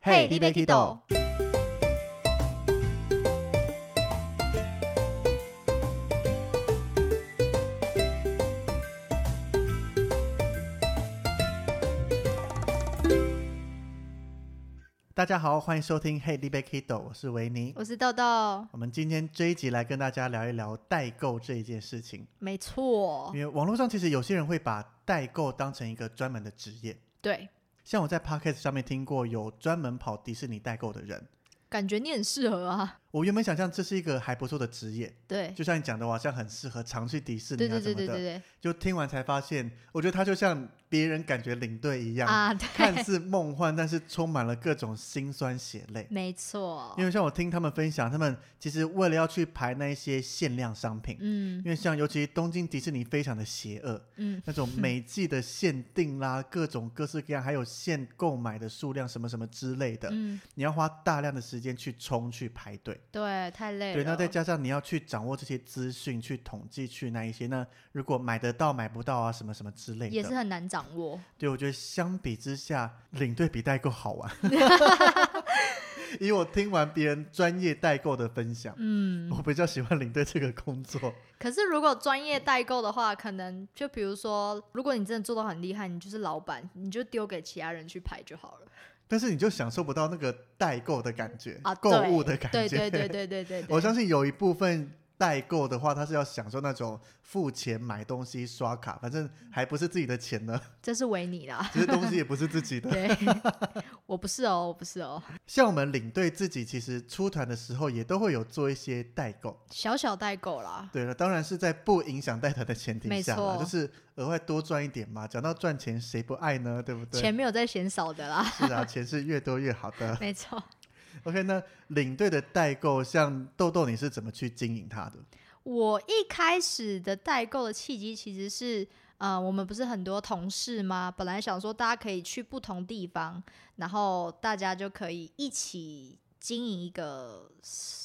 嘿你要去倒大家好，欢迎收听 Hey, l i b e Kido，我是维尼。我是豆豆，我们今天这一集来跟大家聊一聊代购这一件事情，没错因，为网络上其实有些人会把代购当成一个专门的职业，对，像我在 Podcast 上面听过有专门跑迪士尼代购的人。感觉你很适合啊，我原本想象这是一个还不错的职业，对，就像你讲的，我好像很适合常去迪士尼对啊对什对么对的。对就听完才发现，我觉得他就像别人感觉领队一对样，啊，看对，似梦幻，但是充满了各种辛酸血泪。 没错因，为像我听他们分享，他们其实为了要去排那一些限量商品，嗯因为像尤其东京迪士尼非常的邪 恶，嗯，那种每季的限定啦，各种各式各样，还有限购买的数量什么什么之类的，嗯，你要花大量的时间去冲去排队。对，太累了，对，那再加上你要去掌握这些资讯，去统计去那一些，那如果买得到买不到啊，什么什么之类也是的。很难掌握，对，我觉得相比之下，领队比代购好 玩。以我听完别人专业代购的分享。嗯，我比较喜欢领队这个工作，可是如果专业代购的话，可能就比如说，如果你真的做到很厉害，你就是老板，你就丢给其他人去排就好了但是你就享受不到那个代购的感觉啊，购对物的感觉。对对对对对对，对我相信有一部分代购的话，他是要享受那种付钱买东西、刷卡，反正还不是自己的钱呢， 这是维尼啦，这些东西也不是自己的。 对，我不是哦，我不是哦，像我们领队自己其实出团的时候，也都会有做一些代购。小小代购啦，对了，当然是在不影响带团的前提没下啦，错就是额外多赚一点嘛。讲到赚钱，谁不爱呢？对不对？钱没有在嫌少的 啦，是啊，钱是越多越好的。没错。 OK，那领队的代购，像豆豆，你是怎么去经营它的？我一开始的代购的契机其实是，呃，我们不是很多同事吗？本来想说大家可以去不同地方，然后大家就可以一起经营一个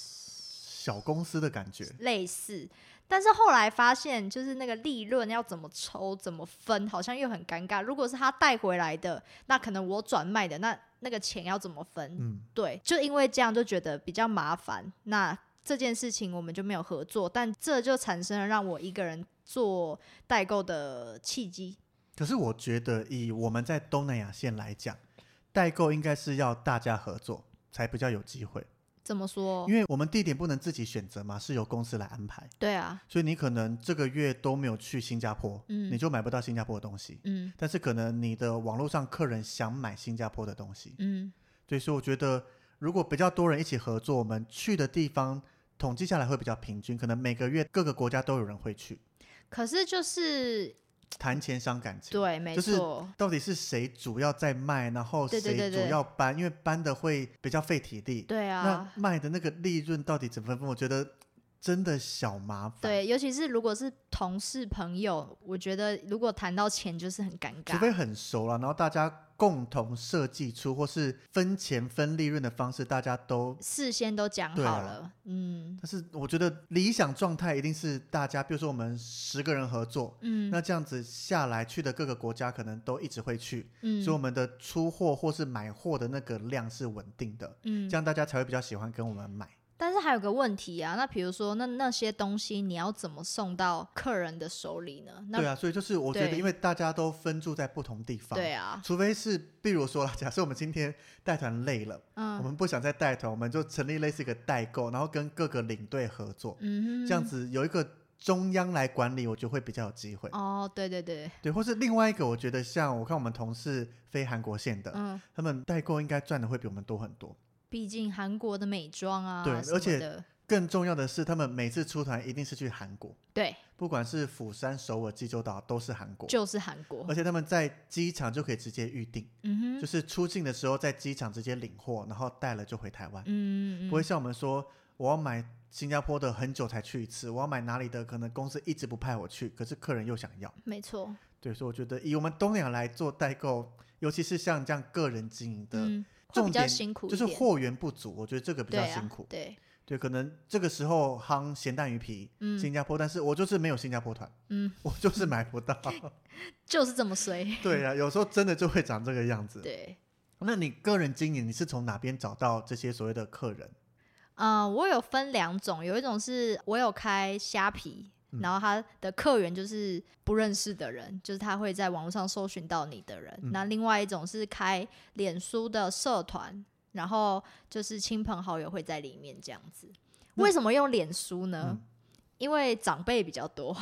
小公司的感觉，类似，但是后来发现，就是那个利润要怎么抽、怎么分，好像又很尴尬。如果是他带回来的，那可能我转卖的，那那个钱要怎么分？嗯，对，就因为这样就觉得比较麻烦。那这件事情我们就没有合作，但这就产生了让我一个人做代购的契机。可是我觉得以我们在东南亚线来讲，代购应该是要大家合作才比较有机会，怎么说因？为我们地点不能自己选择嘛，是由公司来安排，对啊，所以你可能这个月都没有去新加坡，嗯你就买不到新加坡的东西。嗯但是可能你的网络上客人想买新加坡的东西，嗯，对，所以我觉得如果比较多人一起合作，我们去的地方统计下来会比较平均，可能每个月各个国家都有人会去。可是就是谈钱伤感情，，对，没就错。是到底是谁主要在卖，然后对对谁对主对要搬，因为搬的会比较费体力。对啊那，卖的那个利润到底怎么分？我觉得真的小麻烦。，对，尤其是如果是同事朋友，我觉得如果谈到钱就是很尴除非尬。很熟了，然后大家共同设计出或是分钱分利润的方式，大家都事先都讲对啊好了，嗯但是我觉得理想状态一定是大家，比如说我们十个人合作，嗯那这样子下来去的各个国家可能都一直会去，所以我嗯们的出货或是买货的那个量是稳定的，嗯这。样大家才会比较喜欢跟我们买。但是还有个问题啊，那比如说那那些东西你要怎么送到客人的手里呢？那对啊，所以就是我觉得，对因为大家都分住在不同地方，对啊，除非是比如说啦，假设我们今天带团累了，我嗯们不想再带团，我们就成立类似一个代购，然后跟各个领队合作，嗯，这样子有一个中央来管理，我就会比较有机会。哦，对对对，对，或是另外一个，我觉得像我看我们同事飞韩国线的，嗯，他们代购应该赚的会比我们多很多。毕竟韩国的美妆啊，对什么而且的更重要的是，他们每次出团一定是去韩国，对，不管是釜山、首尔、济州岛都是韩国，就是韩国而，且他们在机场就可以直接预定，嗯呃就哼，是出境的时候在机场直接领货，然后带了就回台湾，嗯，嗯不会像我们说我要买新加坡的很久才去一次，我要买哪里的可能公司一直不派我去，可是客人又想要。嗯没错，对，所以我觉得以我们东南亚来做代购，尤其是像这样个人经营的。嗯，会比较重点辛苦一就点，是货源不足，我觉得这个比较对啊辛苦。对，对，可能这个时候夯咸蛋鱼皮，嗯新加坡，但是我就是没有新加坡团，嗯， 我就是 买不到。就是这么衰，对啊，有时候真的就会长这个样子。对，那你个人经营，你是从哪边找到这些所谓的客人？嗯，我有分两种，有一种是我有开虾皮，嗯然后他的客源就是不认识的人，就是他会在网络上搜寻到你的人。嗯那另外一种是开脸书的社团，然后就是亲朋好友会在里面这样子。那为什么用脸书呢？嗯因为长辈比较多。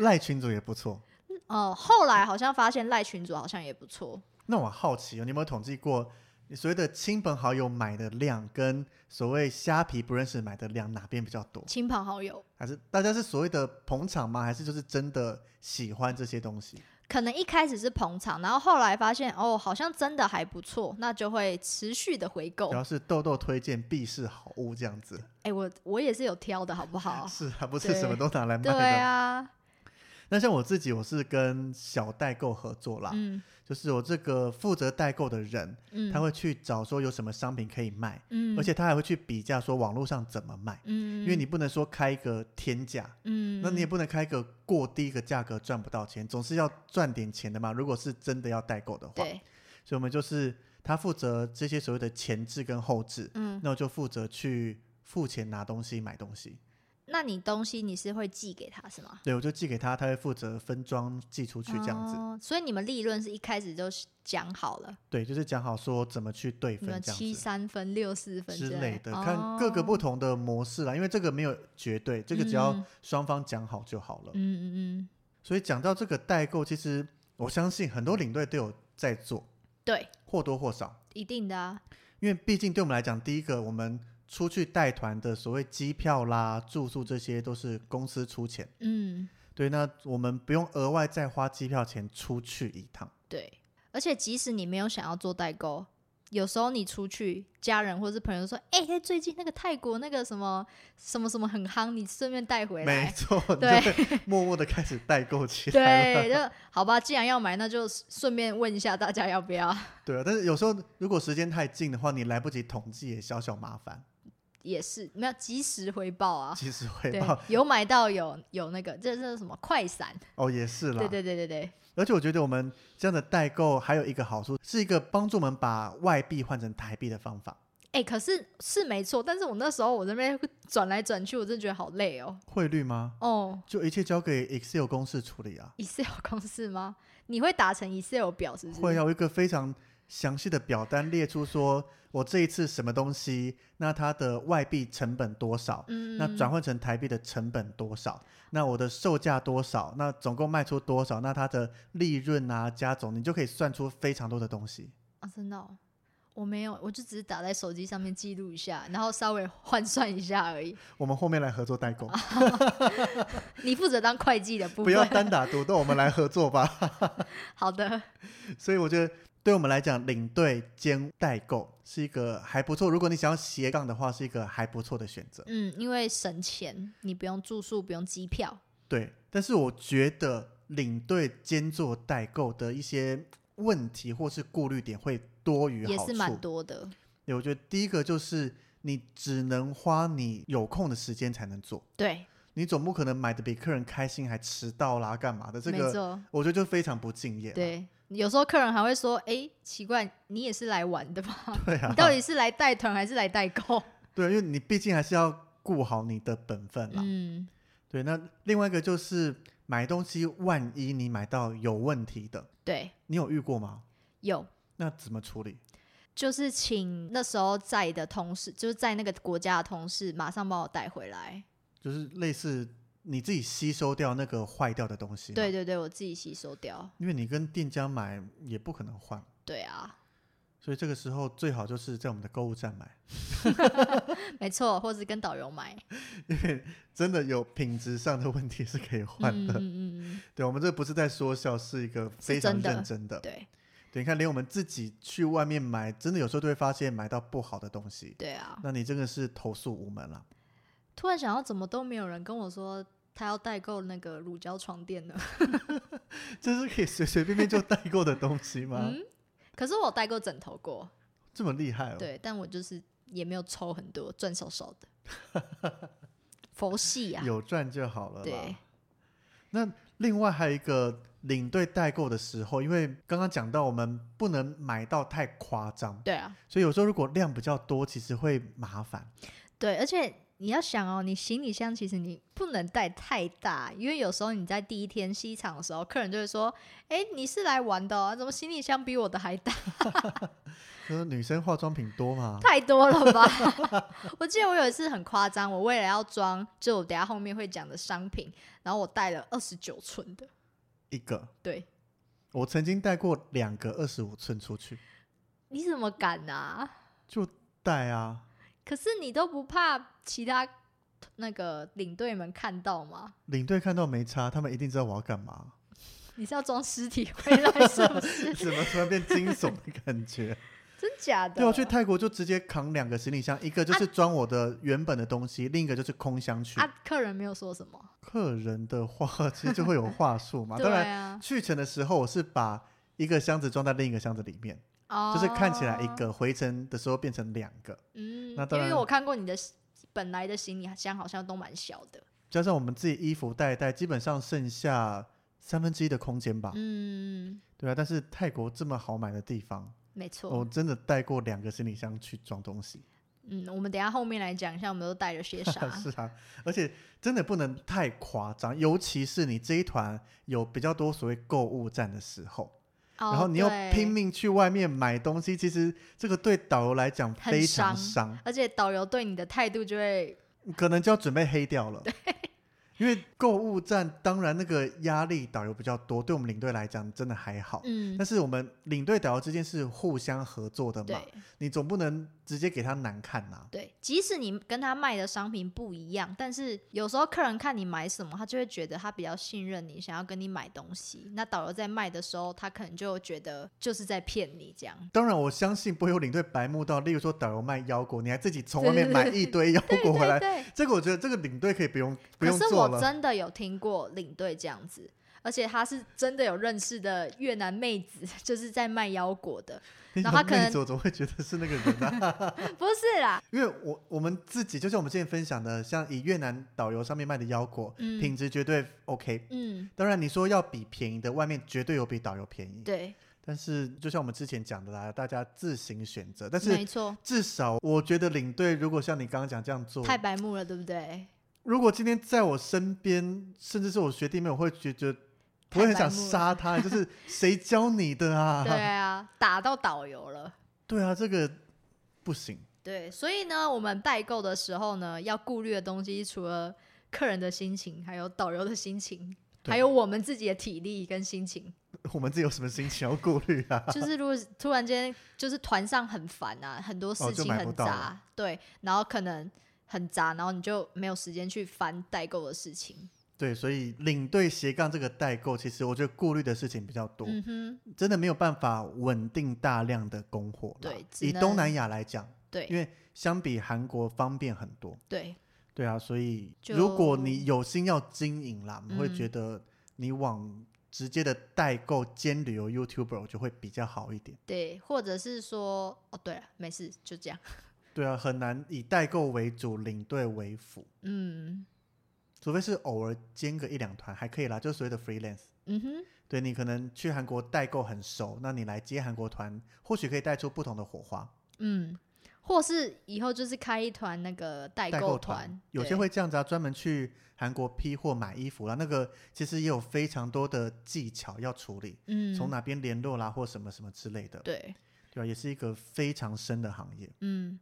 赖群主也不错。哦、后来好像发现赖群主好像也不错。那我好奇哦，你有没有统计过你所谓的亲朋好友买的量跟所谓虾皮不认识买的量哪边比较多？亲朋好友还是大家是所谓的捧场吗？还是就是真的喜欢这些东西？可能一开始是捧场，然后后来发现哦，好像真的还不错，那就会持续的回购主。要是豆豆推荐必是好物这样子，哎、我我也是有挑的好 不好？是啊，不是哦对什么都拿来卖对的。啊，那像我自己，我是跟小代购合作啦，嗯就是我这个负责代购的人，嗯，啊他会去找说有什么商品可以卖，嗯，而且他还会去比价说网络上怎么卖，嗯，因为你不能说开一个天价，嗯，那你也不能开一个过低的价格赚不到钱，总是要赚点钱的嘛。如果是真的要代购的话，对，所以我们就是他负责这些所谓的前置跟后置，嗯，那我就负责去付钱拿东西买东西。那你东西你是会寄给他是吗？对，我就寄给他，他会负责分装寄出去这样子。哦，所以你们利润是一开始就讲好了，对，就是讲好说怎么去对你分们这七样子。三分、六四分之类类的，看各个不哦同的模式啦，因为这个没有绝对，这个只要嗯双方讲好就好了。嗯嗯嗯，所以讲到这个代购，其实我相信很多领队都有在做，对，或多或少。一定的啊，因为毕竟对我们来讲，第一个我们出去带团的所谓机票啦、住宿这些都是公司出钱，嗯，对，那我们不用额外再花机票钱出去一趟。对，而且即使你没有想要做代购。有时候你出去，家人或是朋友说：“哎、最近那个泰国那个什么什么什么很夯，你顺便带回来。”没 错，你就对会默默的开始代购起来了。 对，就好吧。既然要买，那就顺便问一下大家要不要，对啊，但是有时候如果时间太近的话，你来不及统计也小小麻烦，也是没有及时回报啊。及时回对报，有买到有有那个，这这是什么快闪？哦，也是啦。对对对对对，而且我觉得我们这样的代购还有一个好处，是一个帮助我们把外币换成台币的方法，哎、可是是没错，但是我那时候我这边转来转去，我真的觉得好累哦。汇率吗？哦就一切交给 Excel 公式处理啊。 ，Excel 公式吗？你会打成 Excel 表是不是？会有一个非常详细的表单列出，说我这一次什么东西，那它的外币成本多少，嗯，那嗯转换成台币的成本多少，那我的售价多少，那总共卖出多少，那它的利润啊加总，你就可以算出非常多的东西。啊，真的、哦。我没有，我就只是打在手机上面记录一下，然后稍微换算一下而已。我们后面来合作代购，你负责当啊会计的部不要分， 单打独斗，我们来合作吧。 好的，所以我觉得。对我们来讲，领队兼代购是一个还不错。如果你想要斜杠的话，是一个还不错的选择。嗯，因为省钱，你不用住宿，不用机票。对，但是我觉得领队兼做代购的一些问题或是顾虑点会多于也好是处。蛮多的。对，我觉得第一个就是你只能花你有空的时间才能做，对，你总不可能买的比客人开心还迟到啦干嘛的，这没个啊错，我觉得就非常不敬业。，对。有时候客人还会说：“哎、奇怪，你也是来玩的吧？ 对啊 你，到底是来带团还是来 代购对，因为你毕竟还是要顾好你的本？”分啦。嗯，对，那另外一个就是买东西，万一你买到有问题的，对，你有遇过吗？有，那怎么处理？就是请那时候在的同事，就是在那个国家的同事，马上帮我带回来。就是类似你自己吸收掉那个坏掉的东西。对，对对，我自己吸收掉。因为你跟店家买也不可能换，对啊，所以这个时候最好就是在我们的购物站买，没错，或是跟导游买。因为真的有品质上的问题是可以换嗯嗯的。嗯对，我们这不是在说笑，是一个非常真的认真的。嗯，对对，你看，连我们自己去外面买，真的有时候都会发现买到不好的东西，对啊。那你真的是投诉无门了。 突然想到，怎么都没有人跟我说他要代购那个乳胶床垫呢？这是可以随随便便就代购的东西吗？嗯，可是我有代购枕头过，这么厉害哦！对，但我就是也没有抽很多，赚少少的。佛系啊，有赚就好了啦。对，那另外还有一个领队代购的时候，因为刚刚讲到我们不能买到太夸张，对啊，所以有时候如果量比较多，其实会麻烦。对，而且你要想哦，你行李箱其实你不能带太大，因为有时候你在第一天西场的时候，客人就会说：“哎，你是来玩的、哦，怎么行李箱比我的还大？，就是女生化妆品多嘛太多了吧？” 我记得我有一次很夸张，我为了要装，就我等一下后面会讲的商品，然后我带了二十九寸的，一个对，我曾经带过两个二十五寸出去，你怎么敢啊？就带啊，可是你都不怕其他那个领队们看到吗？领队看到没差，他们一定知道我要干嘛。你是要装尸体回来是不 是？怎么突然变惊悚的感 觉？真假的？对，我啊去泰国就直接扛两个行李箱，一个就是装我的原本的东西，另一个就是空箱去。啊，客人没有说什么。客人的话其实就会有话术 嘛。当然，啊，去程的时候我是把一个箱子装在另一个箱子里面，就是看起来一哦，个，回程的时候变成两个。嗯，那当因为然我看过你的本来的行李箱好像都蛮小的，加上我们自己衣服带一带，基本上剩下三分之一的空间吧。嗯，对啊，但是泰国这么好买的地方，没错，我真的带过两个行李箱去装东西。嗯，我们等一下后面来讲一下我们都带了些啥， 是啊，而且真的不能太夸张，尤其是你这一团有比较多所谓购物站的时候，哦然后你又对拼命去外面买东西，其实这个对导游来讲很非常伤伤，而且导游对你的态度就会，可能就要准备黑掉了。因为购物站当然那个压力导游比较多，对我们领队来讲真的还好。嗯，但是我们领队导游之间是互相合作的嘛，对你总不能直接给他难看呐、对，即使你跟他卖的商品不一样，但是有时候客人看你买什么，他就会觉得他比较信任你，想要跟你买东西。那导游在卖的时候，他可能就觉得就是在骗你这样，当然，我相信不会有领队白目到，例如说导游卖腰果，你还自己从外面买一堆腰果回来。对。这个我觉得这个领队可以不用不可用是做我了。真的有听过领队这样子，而且他是真的有认识的越南妹子， 就是在卖腰果的， 你然后他有可能妹子我怎么会觉得是那个人 呢、不是啦，因为我我们自己就像我们之前分享的，像以越南导游上面卖的腰果，嗯品质绝对 OK。嗯，当然，你说要比便宜的，外面绝对有比导游便宜。对，但是就像我们之前讲的啦，大家自行选择。但是没错，至少我觉得领队如果像你刚刚讲这样做，太白目了，对不对？如果今天在我身边，甚至是我学弟妹，我会觉得我会很想杀他，就是谁教你的啊？ 对啊，打到导游了。对啊，这个不行。对，所以呢，我们代购的时候呢，要顾虑的东西除了客人的心情，还有导游的心情，对还有我们自己的体力跟心情。我们自己有什么心情要顾虑 啊？就是如果突然间就是团上很烦啊，很多哦事就情买不很到杂，了对，然后可能很杂，然后你就没有时间去翻代购的事情。对，所以领队斜杠这个代购，其实我觉得顾虑的事情比较多，嗯哼，真的没有办法稳定大量的供货啦。对只以能东南亚来讲，因对为相比韩国方便很多。对，对啊，所以就如果你有心要经营啦，我会嗯觉得你往直接的代购兼旅游 YouTuber 我就会比较好一点。对，或者是说，哦，对了，没事，就这样。对啊，很难以代购为主，领队为辅，嗯除非是偶尔兼个一两团还可以啦，就所谓的 freelance。嗯哼，对你可能去韩国代购很熟，那你来接韩国团，或许可以带出不同的火花。嗯，或是以后就是开一团那个代代购购团，有对些会这样子啊，专门去韩国批货买衣服啦，那个其实也有非常多的技巧要处理，嗯从哪边联络啦，或什么什么之类的。对，对啊，也是一个非常深的行业。嗯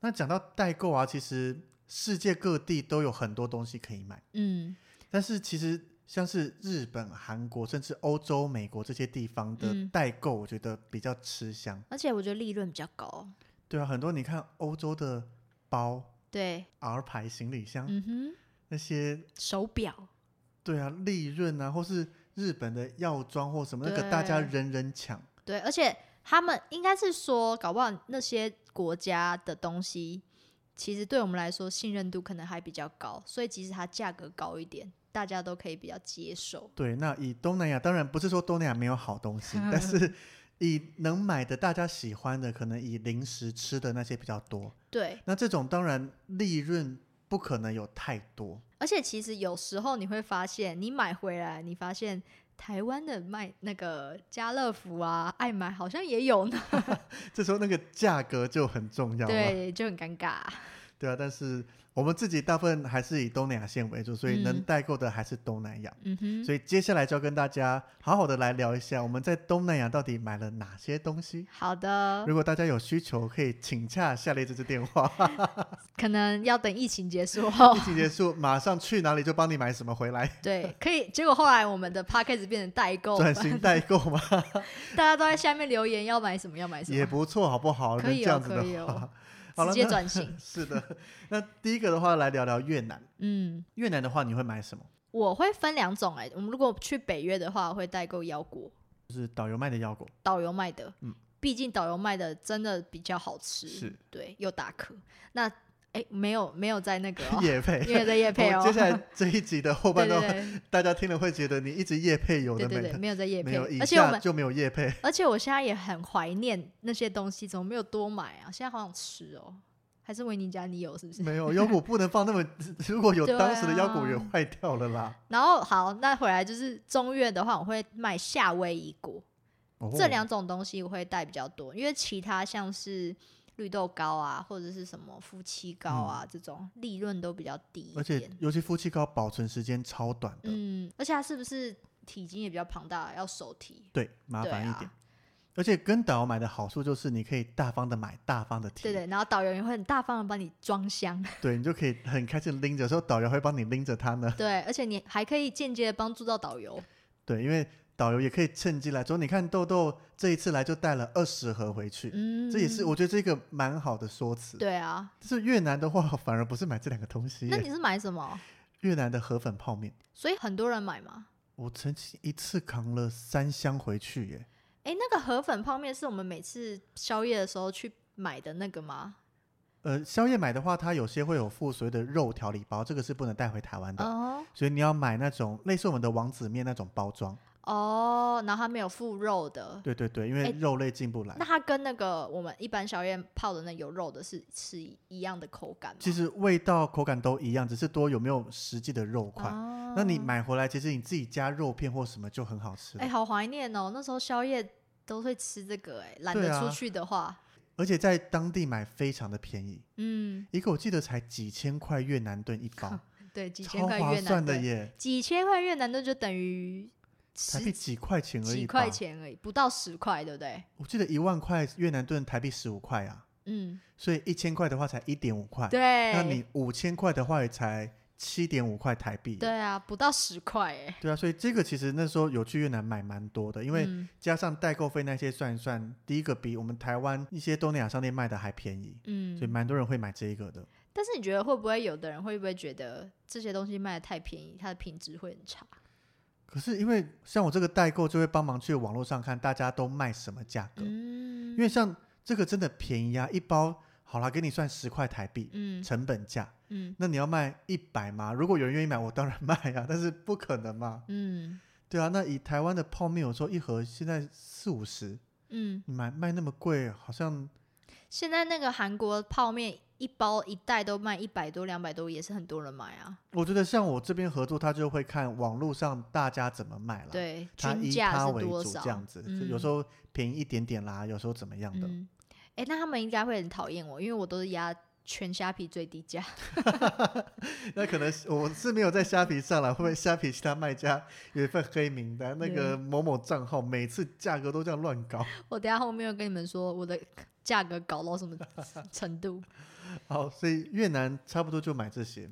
那讲到代购啊，其实世界各地都有很多东西可以买，嗯但是其实像是日本、韩国，甚至欧洲、美国这些地方的嗯代购，我觉得比较吃香。而且我觉得利润比较高。哦对啊，很多你看欧洲的包、对， R 牌行李箱、嗯哼，那些，手表，对啊，利润啊，或是日本的药妆或什么，那个大家对人人抢。对，而且他们应该是说，搞不好那些国家的东西，其实对我们来说信任度可能还比较高，所以即使它价格高一点，大家都可以比较接受。对，那以东南亚，当然不是说东南亚没有好东西， 但是以能买的大家喜欢的，可能以零食吃的那些比较多。对，那这种当然利润不可能有太多，而且其实有时候你会发现，你买回来，你发现台湾的卖那个家乐福啊、爱买好像也有呢，这时候那个价格就很重要了， 对，就很尴尬。对啊。但是我们自己大部分还是以东南亚线为主，所以能嗯代购的还是东南亚。嗯哼，所以接下来就要跟大家好好的来聊一下，我们在东南亚到底买了哪些东西。好的，如果大家有需求，可以请洽下列这支电话。可能要等疫情结束后 疫，情结束，马上去哪里就帮你买什么回来，对，可以。结果后来我们的 p a c k a g e 变成代购，转型代购 嘛，大家都在下面留言要买什么要买什也么，不错，好不好？可能以这哦样子的可以话 哦，好了直接那。转型是的。那第一个的话，来聊聊越南。嗯，越南的话，你会买什么？我会分两种哎、我们如果去北约的话，我会代购腰果，就是导游卖的腰果，导游卖的，嗯毕竟导游卖的真的比较好吃，是，对，又打嗝。那哎、没有没有在那个、哦 夜配。因为在夜配我们哦，接下来这一集的后半对 段，对大家听了会觉得你一直夜配有对的对没对对，的，没有在夜没配有，以而且我下们就没有夜 配。而且我现在也很怀念那些东西，怎么没有多买啊？现在好想吃哦，还是维尼家你有是不是？没有腰果不能放那么， 如果有对当时的腰果啊也坏掉了啦。然后好，那回来就是中越的话，我会卖夏威夷果，哦这两种东西我会带比较多，因为其他像是绿豆糕啊，或者是什么夫妻糕啊、这种利润都比较低一嗯而且点。尤其夫妻膏保存时间超短的，嗯，而且它是不是体积也比较庞大，要手提？对，麻对烦一啊点。而且跟导游买的好处就是，你可以大方的买，大方的提，对对，然后导游也会很大方的帮你装箱，对你就可以很开心地拎着，有时候导游会帮你拎着它呢，对，而且你还可以间接地帮助到导游，对，因为导游也可以趁机来说，你看豆豆这一次来就带了二十盒回去，嗯，这也是我觉得这个蛮好的说辞。对啊，但是越南的话反而不是买这两个东西那耶，你是买什么？越南的河粉泡面，所以很多人买吗？我曾经一次扛了三箱回去耶，哎、那个河粉泡面是我们每次宵夜的时候去买的那个吗？呃，宵夜买的话，它有些会有附所谓的肉条礼包，这个是不能带回台湾的。哦所以你要买那种类似我们的王子面那种包装。哦，然后它没有附肉的，对对对，因为哎肉类进不来。那它跟那个我们一般宵夜泡的那有肉的是是一一样的口感吗？其实味道、口感都一样，只是多有没有实际的肉块。哦那你买回来，其实你自己加肉片或什么就很好吃了。哎、好怀念哦，那时候宵夜都会吃这个、哎，懒对得啊出去的话，而且在当地买非常的便宜，嗯，一个我记得才几千块越南盾一包，对， 几千超块划越算南的盾耶，几千块越南盾就等于台十币几块钱而已几吧块。钱而已，不到十块，对不对？我记得一万块越南盾台币十五块啊，嗯，所以一千块的话才一点五块，对。啊那你五千块的话也才七点五块台币耶。对啊，不到十块哎、对啊，所以这个其实那时候有去越南买蛮多的，因为嗯加上代购费那些算一算，第一个比我们台湾一些东南亚商店卖的还便宜，所以嗯，蛮多人会买这一个的。但是你觉得会不会有的人会不会觉得这些东西卖的太便宜，它的品质会很差？可是因为像我这个代购就会帮忙去网络上看大家都卖什么价格，嗯因为像这个真的便宜啊，一包好啦，给你算十块台币。嗯成本价，嗯那你要卖一百吗？如果有人愿意买，我当然卖啊，但是不可能嘛。嗯对啊，那以台湾的泡面，有时候一盒现在四五十，嗯，你买卖那么贵，好像现在那个韩国泡面一包一袋都卖一百多、两百多，也是很多人买啊。我觉得像我这边合作，他就会看网络上大家怎么卖啦，，对，他均以价他是为多主这少样？子，嗯就有时候便宜一点点啦，有时候怎么样的。嗯，哎、那他们应该会很讨厌我，因为我都是压全虾皮最低价。 那可能是我是没有在虾皮上了，会不会虾皮其他卖家有一份黑名单？那个某某账号每次价格都这样乱搞。 我等一下后面会跟你们说我的价格搞到什么程度。 好，所以越南差不多就买这些。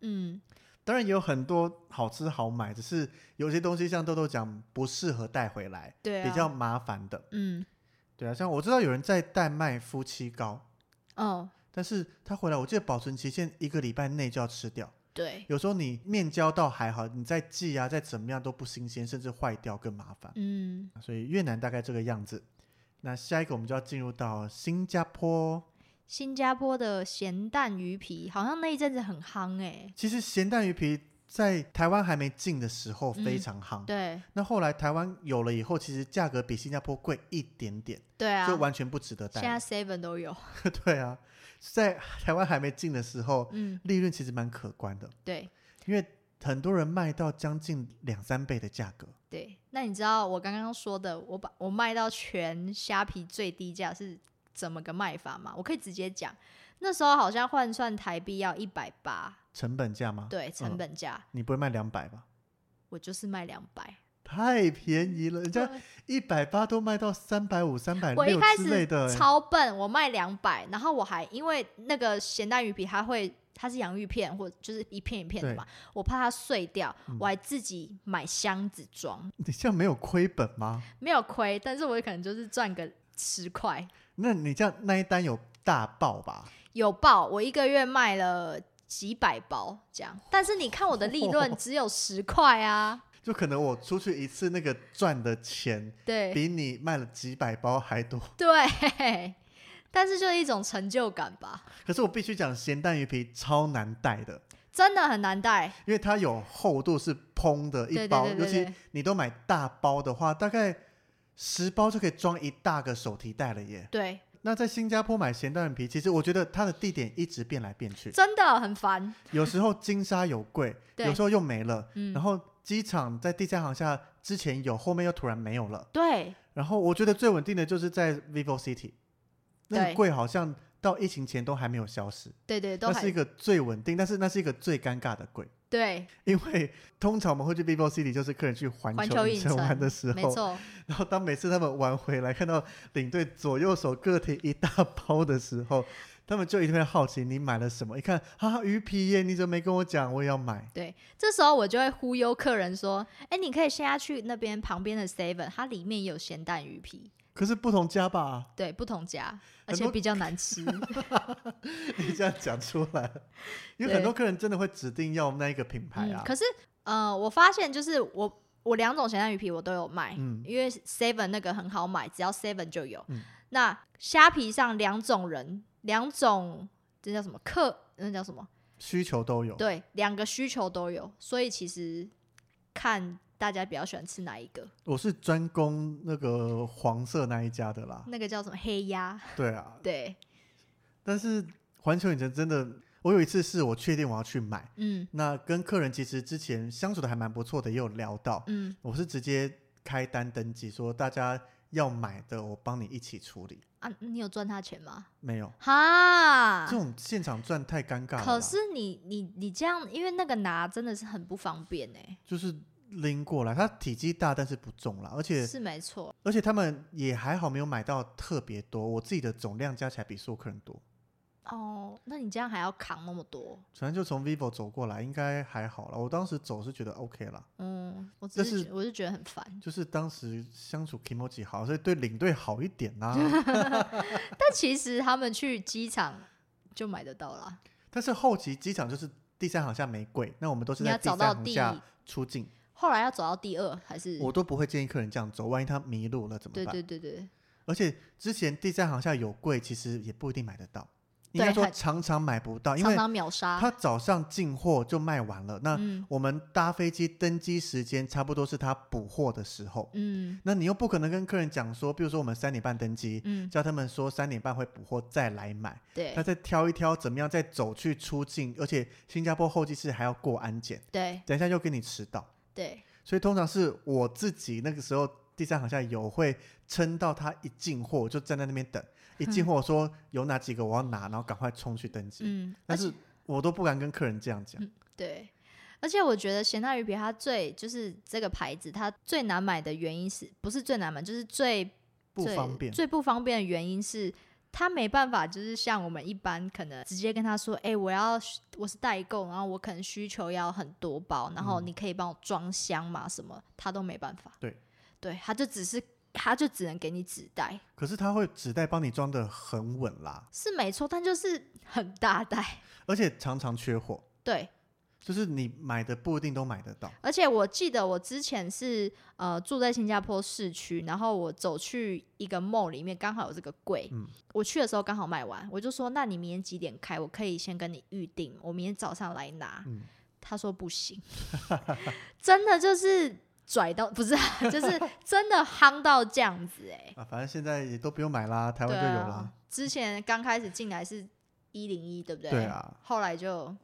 嗯当然也有很多好吃好买，只是有些东西像豆豆讲不适合带回来，，对啊，比较麻烦的。嗯对啊，像我知道有人在代卖夫妻膏，哦，但是它回来，我记得保存期限一个礼拜内就要吃掉。对，有时候你面交到还好，你再寄啊，再怎么样都不新鲜，甚至坏掉更麻烦。嗯，所以越南大概这个样子。那下一个我们就要进入到新加坡。新加坡的咸蛋鱼皮好像那一阵子很夯哎、其实咸蛋鱼皮在台湾还没进的时候嗯非常夯，对那后来台湾有了以后，其实价格比新加坡贵一点点，对啊就，完全不值得带现在了。 seven 都有， 对啊，在台湾还没进的时候，嗯，利润其实蛮可观的。对，因为很多人卖到将近两三倍的价格，对，那你知道我刚刚说的，我把我卖到全虾皮最低价是怎么个卖法吗？我可以直接讲，那时候好像换算台币要一百八，成本价吗？，对，成嗯本价，你不会卖两百吧？我就是卖两百。太便宜了，人家一百八都卖到三百五、三百嗯我一六开之类始的、欸，超笨，我卖两百，然后我还因为那个咸蛋鱼皮它会它是洋芋片或就是一片一片的对嘛，我怕它碎掉，嗯我还自己买箱子装，你这样没有亏本吗？没有亏，但是我可能就是赚个十块，那你这样那一单有大爆吧？有爆，我一个月卖了。几百包这样，但是你看我的利哦润只有十块啊，就可能我出去一次那个赚的钱，对比你卖了几百包还多。对，但是就是一种成就感吧，可是我必须讲，咸蛋鱼皮超难带的，真的很难带，因为它有厚度是蓬的，一对对包，对尤对其对，你都买大包的话，大概十包就可以装一大个手提袋了耶。对，那在新加坡买咸蛋鱼皮，其实我觉得它的地点一直变来变去，真的很烦，有时候金沙有贵， 对有时候又没了，嗯然，后机场在第三航厦之前有，后面又突然没有了。对，然后我觉得最稳定的就是在 vivo city，那个对贵好像到疫情前都还没有消失，对对，都那还是一个最稳定，但是那是一个最尴尬的贵，对，因为通常我们会去 vivo city，就是客人去环环球球影影城城玩的时没候，错，然后当每次他们玩回来看到领队左右手各提一大包的时候，他们就一定会好奇你买了什么，一看啊鱼皮耶，你怎么没跟我讲，我也要买。对，这时候我就会忽悠客人说：“哎，你可以现在去那边旁边的 Seven，它里面也有咸蛋鱼皮，可是不同家吧， 对，不同家，而很且多比较难 吃。你这样讲出来，因为很多客人真的会指定要那一个品牌嗯啊，，可是，呃，我发现就是我我两种咸蛋鱼皮我都有卖，嗯因为 Seven 那个很好买，只要 Seven 就有。嗯那虾皮上两种人，两种这叫什么客，那叫什么？需求都有。对，两个需求都有，所以其实看大家比较喜欢吃哪一个，我是专攻那个黄色那一家的啦，那个叫什么黑鸭，对啊，对，但是环球影城真的，我有一次是我确定我要去买，嗯。那跟客人其实之前相处的还蛮不错的，也有聊到，嗯，我是直接开单登记说大家要买的我帮你一起处理，啊，你有赚他钱吗？没有哈这，种现场赚太尴尬了啦，啊可是你你你这样，因为那个拿真的是很不方便哎、就是拎过来，它体积大但是不重啦，而且是没错，而且他们也还好没有买到特别多，我自己的总量加起来比所有客人多。哦，那你这样还要扛那么多，反正就从 vivo 走过来，应该还好了。我当时走是觉得 OK 啦，嗯，我只但是是觉我是觉得很烦，就是当时相处 k i m o j i 好，所以对领队好一点啦、啊。但其实他们去机场就买得到啦，但是后期机场就是第三航厦没贵，那我们都是你在要第找三到航第，厦出境，后来要走到第二还是？我都不会建议客人这样走，万一他迷路了怎么对办？对对对，而且之前第三航厦有贵，其实也不一定买得到，应对该说很常常买不啊到，因常为常秒杀，他早上进货就卖完了，那嗯我们搭飞机登机时间差不多是他补货的时候。嗯那你又不可能跟客人讲说，比如说我们三点半登机，嗯，叫他们说三点半会补货再来买，对他再挑一挑怎么样再走去出境，而且新加坡候机室还要过安检，对等一下又给你迟到，对，所以通常是我自己那个时候第三航线有会撑到他一进货，我就站在那边等，一进货我说有哪几个我要拿，然后赶快冲去登机，嗯，而但且嗯是我都不敢跟客人这样讲，对，而且我觉得咸蛋鱼皮它最就是这个牌子，它最难买的原因是不是最难买，就是最不最方便。最不方便的原因是。它没办法，就是像我们一般，可能直接跟他说：“哎、我要我是代购，然后我可能需求要很多包，然后嗯你可以帮我装箱嘛？什么，他都没办法。”对，对，他就只是，他就只能给你纸袋，可是他会纸袋帮你装的很稳啦，是没错，但就是很大袋。而且常常缺货，对，就是你买的不一定都买得到。而且我记得我之前是呃住在新加坡市区，然后我走去一个 mall 里面，刚好有这个柜。嗯我去的时候刚好卖完，我就说：“那你明天几点开？我可以先跟你预定，我明天早上来拿。嗯他说：“不行， 真的就是拽到不是啊，就是真的夯到这样子哎、啊，反正现在也都不用买啦，台对湾就有啊啦。，啊之前刚开始进来是一零一，对不对？啊对啊，后来就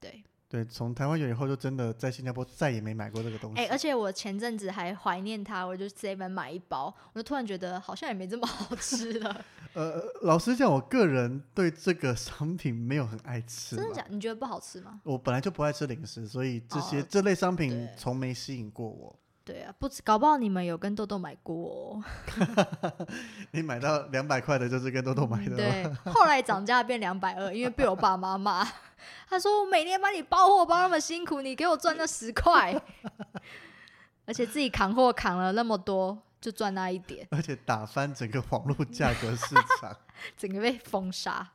对对，从台湾有以后，就真的在新加坡再也没买过这个东西。哎、而且我前阵子还怀念它，我就 seven 买一包，我就突然觉得好像也没这么好吃 了。呃，老实讲，我个人对这个商品没有很爱吃啦。真的假？你觉得不好吃吗？我本来就不爱吃零食，所以这些、哦这类商品对从没吸引过我。对啊，不知搞不好你们有跟豆豆买过、哦。你买到两百块的，就是跟豆豆买的、嗯对， 后来涨价变两百二，因为被我爸妈骂。 他说我每天帮你包货包那么辛苦，你给我赚那十块， 而且自己扛货扛了那么多，就赚那一点，而且打翻整个网络价格市 场。整个被封杀。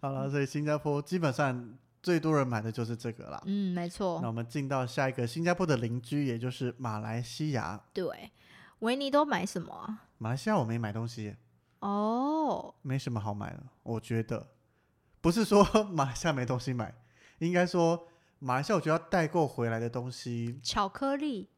好了，所以新加坡基本上最多人买的就是这个啦。嗯，没那错，我们进到下一个新加坡的邻居，也就是马来西亚。对。维尼都买什么啊？马来西亚我没买东西耶，哦，没什么好买的，我觉得不是说 马来西亚没东西买，应该说马来西亚我觉得要代购回来的东西，巧克力，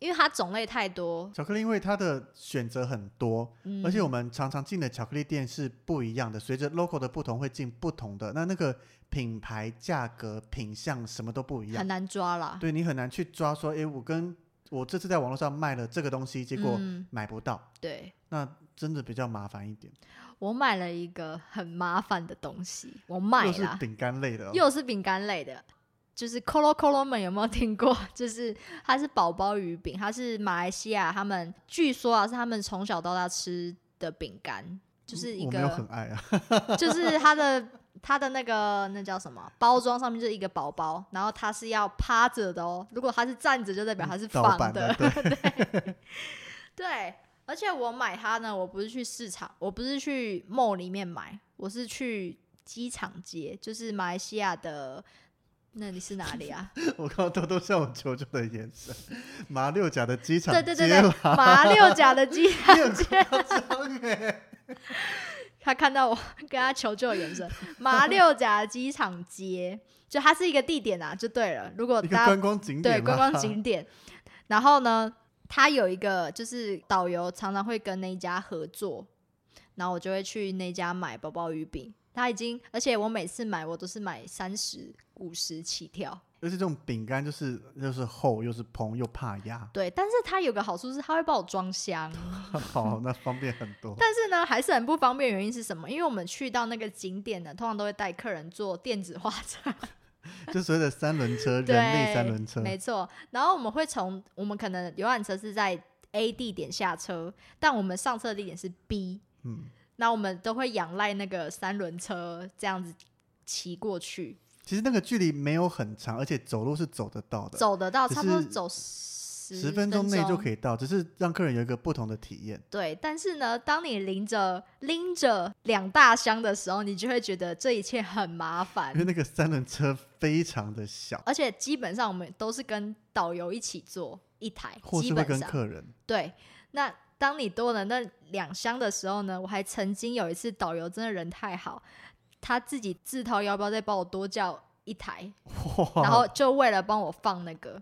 因为它种类太多，巧克力因为它的选择很多，嗯，而且我们常常进的巧克力店是不一样的，随着 logo 的不同会进不同的，那那个品牌、价格、品相什么都不一样很，难抓啦。对你很难去抓说，诶，我跟我这次在网络上卖了这个东西，结果嗯、买不到，对，那真的比较麻烦一点。我买了一个很麻烦的东西，我买又是了，饼干类的、哦，又是饼干类的，就是 Colo Colo 们有没有听过？ 就是它是宝宝鱼饼，它是马来西亚他们据说啊是他们从小到大吃的饼干，就是一嗯我没有个很爱啊，就是它的。它的那个那叫什么包装上面就是一个宝宝，然后它是要趴着的哦。如果它是站着，就代表它是盗 放版的。啊对。对，而且我买它呢，我不是去市场，我不是去 mall 里面买，我是去机场街，就是马来西亚的，那里是哪里 啊？我看到豆豆向我求救的眼神，马六甲的机场对对对接对 了，，马六甲的机 场街。夸张 欸他看到我跟他求救的眼神，马六甲机场街，就它是一个地点啊，就对了。如果一个大家观光景点对嘛，观光景点，然后呢，它有一个就是导游常常会跟那一家合作，然后我就会去那家买宝宝鱼饼。它已经，而且我每次买我都是买三十五十起跳，而且这种饼干就是又是厚又是蓬又怕压，对。但是它有个好处是，它会帮我装箱。好那方便很多。但是呢，还是很不方便。原因是什么？因为我们去到那个景点呢，通常都会带客人坐电子化车，就所谓的三轮车，人对力三轮车，没错。然后我们会从我们可能游览车是在 A 地点下车，但我们上车的地点是 B，嗯，那我们都会仰赖那个三轮车这样子骑过去，其实那个距离没有很长，而且走路是走得到的，走得到只差不多是走十十分钟内就可以。以到，只是让客人有一个不同的体验。对，但是呢，当你拎着拎着两大箱的时候，你就会觉得这一切很麻烦因为。那个三轮车非常的小，而且基本上我们都是跟导游一起坐一台，或基是会本跟上客人，对。那当你多了那两箱的时候呢，我还曾经有一次导游真的人太好，他自己自掏腰包再帮我多叫一台，哇哦然后就为了帮我放那个。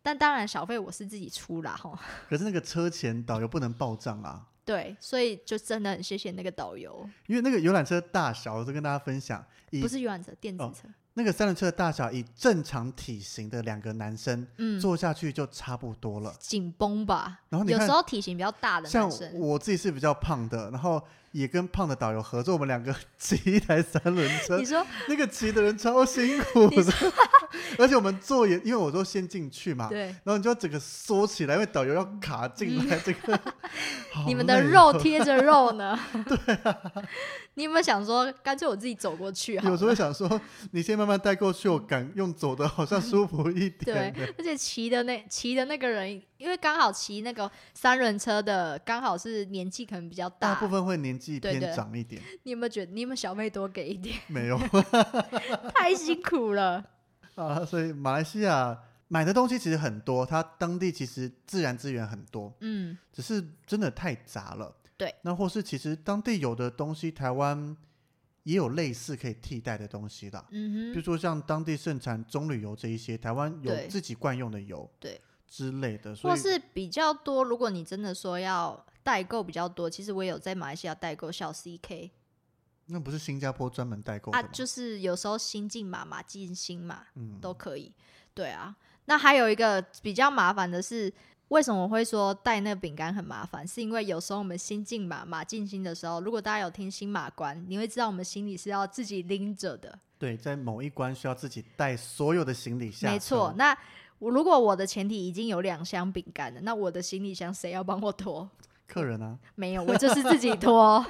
但当然，小费我是自己出啦，吼。可是那个车前导游不能报账啊，对，所以就真的很谢谢那个导游，因为那个游览车大小，我就跟大家分享，以不是游览车，电子哦车。那个三轮车的大小，以正常体型的两个男生嗯，坐下去就差不多了。紧绷吧。然后你有看时候体型比较大的像男生，我自己是比较胖的，然后也跟胖的导游合作，我们两个骑一台三轮车你，说那个骑的人超辛苦你的， 而且我们坐也，因为我都先进去嘛，对，然后你就要整个缩起来，因为导游要卡进来，这个 好嗯你们的累肉哦贴着肉呢？ 对啊， 你有没有想说，干脆我自己走过去好有时候了？会想说，你先慢慢带过去，我敢用走的，好像舒服一对点的。，而且骑的那骑的那个人，因为刚好骑那个三轮车的，刚好是年纪可能比较大大。部分会年纪对偏对长一 点，你有没有觉得，你有没有小妹多给一点？ 没有 太辛苦了。啊，所以马来西亚买的东西其实很多，它当地其实自然资源很多， 嗯，只是真的太杂了。对，那或是其实当地有的东西，台湾也有类似可以替代的东西啦，比嗯如哼，说像当地盛产棕榈油这一些，台湾有对自己惯用的油，对之类的，所或以是比较多。如果你真的说要代购比较多，其实我也有在马来西亚代购小 CK，那不是新加坡专门代购的啊，吗？就是有时候新进码嘛、进新码嗯，都可以。对啊，那还有一个比较麻烦的是，为什么我会说带那个饼干很麻烦？是因为有时候我们新进码码进新的时候，如果大家有听新马关，你会知道我们行李是要自己拎着的。对，在某一关需要自己带所有的行李下。没错，，那。我如果我的前提已经有两箱饼干了，那我的行李箱谁要帮我拖？ 客人啊，没有，我就是自己 拖。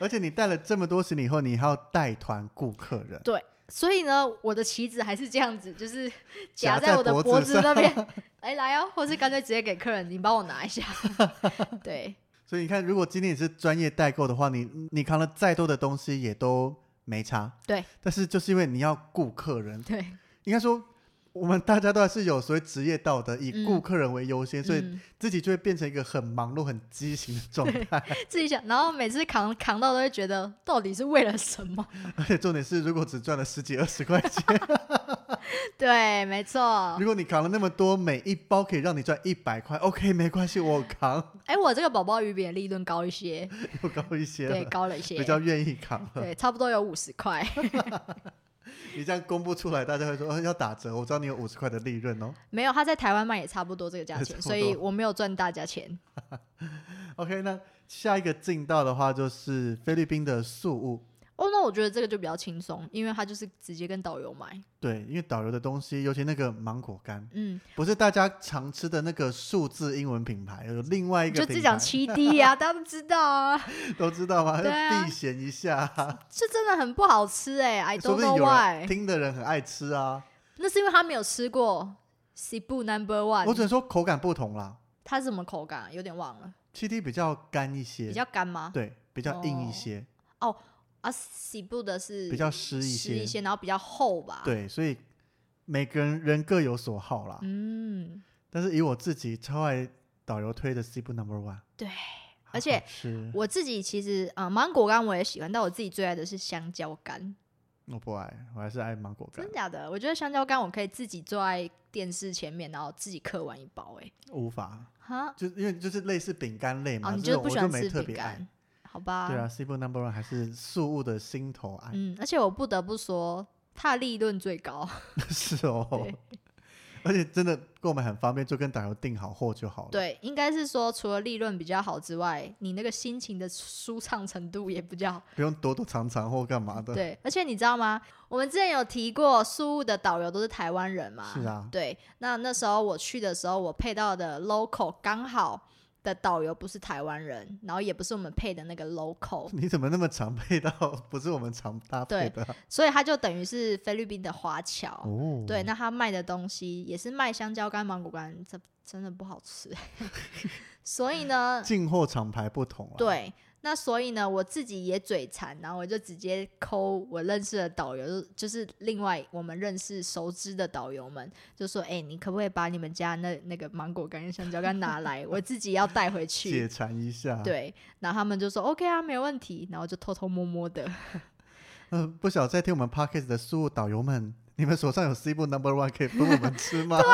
而且你带了这么多行李以后，你还要带团顾客人，所以呢，我的旗子还是这样子，就是夹夹在在我的脖子脖子那边， 哎来哦，或是干脆直接给客人，你帮我拿一下。 对，所以你看，如果今天你是专业代购的话，你你扛了再多的东西也都没差。对，但是就是因为你要顾客人，对，应该说我们大家都还是有所谓职业道德，以嗯顾客人为优先，所以嗯、自己就会变成一个很忙碌、很畸形的状 态。自己想，然后每次扛扛到都会觉得到底是为了什么？ 而且重点是，如果只赚了十几二十块钱，对，没错如。果你扛了那么多，每一包可以让你赚一百块，OK，没关系，我扛哎，我这个宝宝鱼比你的利润高一些，又高一些对，了，高了一比些，较愿意扛了。对，差不多有五十块。 你这样公布出来，大家会说、呃、 要打折，我知道你有五十块的利润哦。没有，他在台湾卖也差不多这个价 差钱，不多所以我没有赚大家钱。 OK，那下一个进到的话就是菲律宾的素物，哦，那我觉得这个就比较轻松，因为他就是直接跟导游买。对，因为导游的东西，尤其那个芒果干，嗯，不是大家常吃的那个数字英文品牌，有另外一个就自己品讲牌， 七 D 啊，大家都知道啊，都知道吗？对啊要避嫌一下啊，这真的很不好吃哎、i 说 don't 不定 know 有人 why。听的人很爱吃啊。那是因为他没有吃过 Cebu Number 我只 One，能说口感不同啦，它是什么口感啊？有点忘了，七 D 比较干一些，比较干吗？对，比较硬一哦些，啊，Cebu 的是比较湿一湿些，一些，然后比较厚吧。，对，所以每个人人各有所好啦。嗯，但是以我自己超爱导游推的 C 部 Number One，对。好而且好吃我自己其实啊、呃芒果干我也喜欢，但我自己最爱的是香蕉干。我不爱，我还是爱芒果干真，假的？我觉得香蕉干我可以自己坐在电视前面，然后自己嗑完一包、哎，无法，哈，就因为就是类似饼干类嘛，哦，你这就种是不我喜就欢没吃特饼别爱干。，好吧？对啊，C 部 Number One 还是素物的心头爱，嗯，而且我不得不说，它利润最高。 是哦对。 而且真的购买很方便，就跟导游订好货就好了。，对，应该是说除了利润比较好之外，你那个心情的舒畅程度也比较好。不用躲躲藏藏或干嘛的。，对，而且你知道吗？我们之前有提过，苏务的导游都是台湾人嘛。是啊对，那那时候我去的时候，我配到的 local 刚好的导游不是台湾人，然后也不是我们配的那个 local，你怎么那么常配到？不是我们常搭配的啊所以他就等于是菲律宾的华侨。哦。对，，那他卖的东西也是卖香蕉干、芒果干，这真的不好吃。 所以呢，进货厂牌不同啊。，对，那所以呢，我自己也嘴馋，然后我就直接抠我认识的导游，就是另外我们认识熟知的导游们，就说：“哎、你可不可以把你们家那那个芒果干、跟香蕉干拿来，我自己要带解回去。”馋一下。对，然后他们就说 OK 啊，没问题，然后就偷偷摸摸的，嗯、不晓得在听我们 podcast 的苏务导游们，你们手上有 C 部 Number One 可以分我们吃吗？啊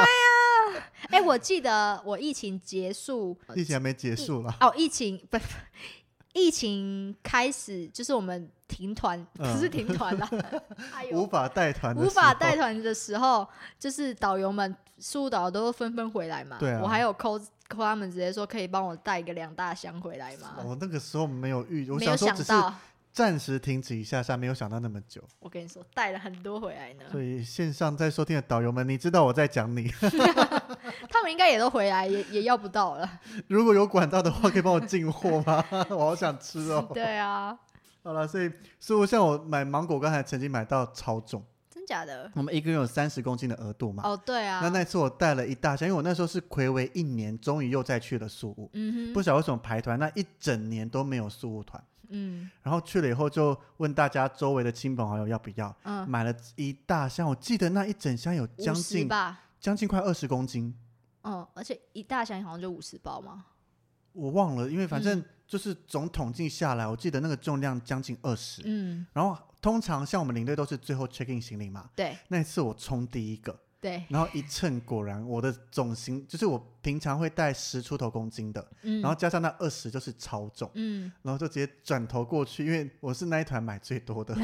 哎、我记得我疫情结束， 疫情还没结束啦，哦，疫情不，疫情开始就是我们停团，不嗯是停团 啦，哎无呦，法带团的时无候，法带团的时候，就是导游们、宿导都纷纷回来嘛。对啊我还有扣扣他们直接说可以帮我带一个两大箱回来嘛。我那个时候没哦有预，我没有想说想只是到，暂时停止一下下，没有想到那么久。我跟你说带了很多回来呢，所以线上在收听的导游们，你知道我在讲你。 他们应该也都回来，也也要不到了。如果有管道的话，可以帮我进货吗？ 我好想吃哦。对啊，好了，所以所以像我买芒果干，还曾经买到超重，真假的？我们一个人有三十公斤的额度嘛。哦，对啊那，那次我带了一大箱，因为我那时候是暌违一年，终于又再去了宿务。嗯不哼，晓得为什么排团那一整年都没有宿务团，嗯然后去了以后就问大家周围的亲朋好友要不要，嗯，买了一大箱，我记得那一整箱有将五十近吧，将近快二十公斤，嗯，而且一大箱好像就五十包嘛。我忘了，因为反正嗯就是总统计下来，我记得那个重量将近二十、嗯，然后通常像我们领队都是最后 check in 行李嘛，对那一次我冲第一个，对，然后一称果然我的总型就是我平常会带十出头公斤的，嗯，然后加上那二十就是超重。嗯然后就直接转头过去，因为我是那一团买最多 的，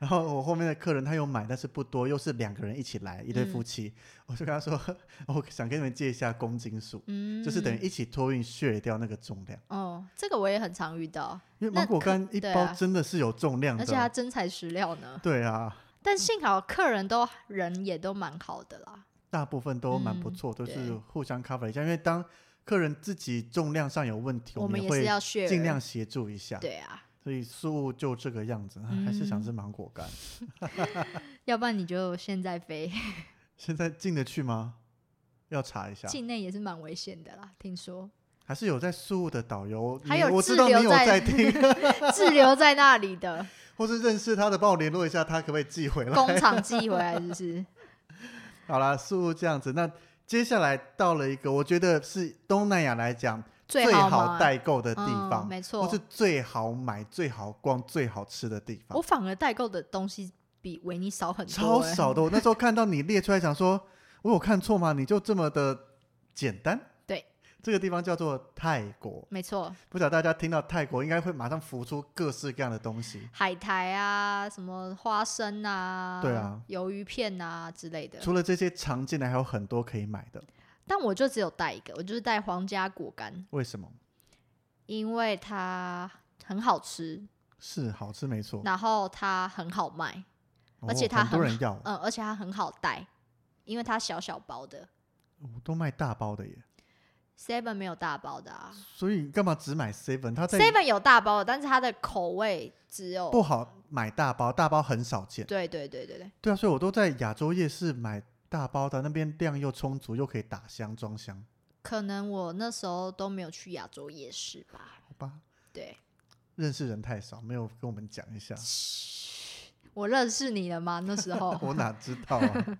然后我后面的客人他有买，但是不多，又是两个人一起来，一对夫嗯妻，我就跟他说， 我想跟你们借一下公斤数，嗯，就是等于一起托运削掉那个重量，哦，这个我也很常遇到，因为那芒果可干一对包啊真的是有重量而的，且它真材实料呢。对啊，但幸好客人都人也都蛮好的啦，大部分都蛮不嗯错，都对是互相 cover 一下，因为当客人自己重量上有问题，我们们也也是会要 share，尽量协助一下，对啊，所以事物就这个样子，还是想嗯吃芒果干，要不然你就现在飞，现在进得去吗？要查一下，境内也是蛮危险的啦，听说还是有在宿务的导游，还你有我滞知道你留有在在听， 滞留在那里的或是认识他的，帮我联络一下，他可不可以寄回来？工厂寄回来，是不是？好啦，宿务这样子，那接下来到了一个我觉得是东南亚来讲最好好嘛，代购的地嗯方，没或错是。最好买、最好逛、最好吃的地方我。反而代购的东西比维尼少很多、超欸少的。我那时候看到你列出来，想说，我有看错吗？你就这么的简单？对，这个地方叫做泰国。没错，不晓得大家听到泰国，应该会马上浮出各式各样的东西。海苔啊，什么花生啊，对啊，鱿鱼片啊之类的。除了这些常见的，还有很多可以买的。但我就只有带一个，我就是带皇家果干，为什么？因为它很好吃，是好吃没错，然后它很好卖，哦而且它很多很人要，嗯，而且它很好带，因为它小小包的我哦都卖大包的耶。 ，Seven 没有大包的啊所以干嘛只买 seven？它在，Seven 有大包的，但是它的口味只有不好买大包，大包很少见。对对对对对，对啊，所以我都在亚洲夜市买大包的，那边量又充足，又可以打箱装箱，可能我那时候都没有去亚洲夜市吧，好吧？对，认识人太少，没有跟我们讲一下，我认识你了吗？那时候 我哪知道 啊？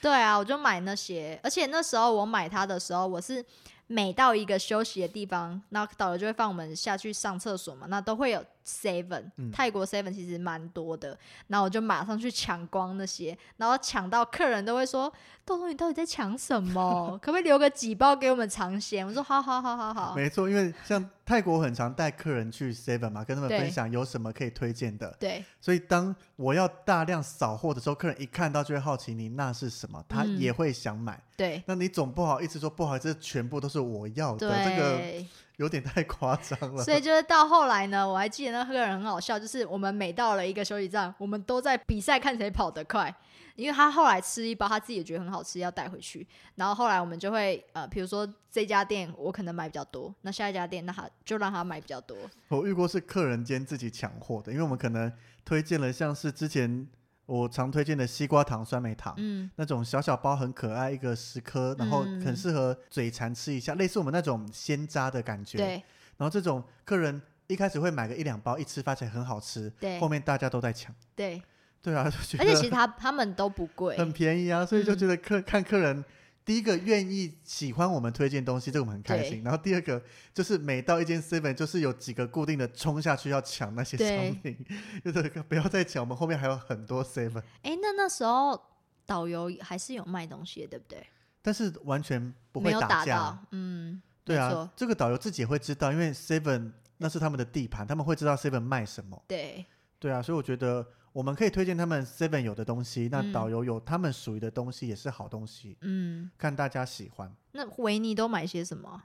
对啊，我就买那些，而且那时候我买它的时候，我是每到一个休息的地方，那导游就会放我们下去上厕所嘛，那都会有 seven，、嗯泰国 seven 其实蛮多的，然后我就马上去抢光那些，然后抢到客人都会说：“豆豆，你到底在抢什么？ 可不可以留个几包给我们尝鲜？”我说：“好好好好好。没错，因为像泰国很常带客人去 Seven 嘛，跟他们对分享有什么可以推荐的”，对，所以当我要大量扫货的时候，客人一看到就会好奇你那是什么，他嗯也会想买。对，那你总不好意思说不好意思，全部都是我要的，这个对，有点太夸 张了。所以就是到后来呢，我还记得那个人很好笑，就是我们每到了一个休息站，我们都在比赛看谁跑得快。因为他后来吃一包，他自己也觉得很好吃，要带回去。然后后来我们就会呃，比如说这家店我可能买比较多，那下一家店那他就让他买比较多。我遇过是客人间自己抢货的，因为我们可能推荐了像是之前我常推荐的西瓜糖、酸梅糖，嗯，那种小小包很可爱，一个十颗，然后嗯很适合嘴馋吃一下，类似我们那种鲜渣的感觉。。对然后这种客人一开始会买个一两包，一吃发现很好吃，对后面大家都在抢。对，对啊，就觉而且 其得实他他们都不贵，很便宜啊，所以就嗯觉得客、看客人。第一个愿意喜欢我们推荐东西，这个我们很开心。然后第二个就是每到一间 seven，就是有几个固定的冲下去要抢那些对商品， 就是不要再抢，我们后面还有很多 seven，哎、那那时候导游还是有卖东西的，对不对？但是完全不没会有打架啊、到，嗯，对没啊错，这个导游自己也会知道，因为 Seven 那是他们的地盘，他们会知道 Seven 卖什么。对，对啊，所以我觉得我们可以推荐他们 Seven 有的东西，那嗯导游有他们属于的东西也是好东西，嗯，看大家喜欢。那维尼都买些什么啊？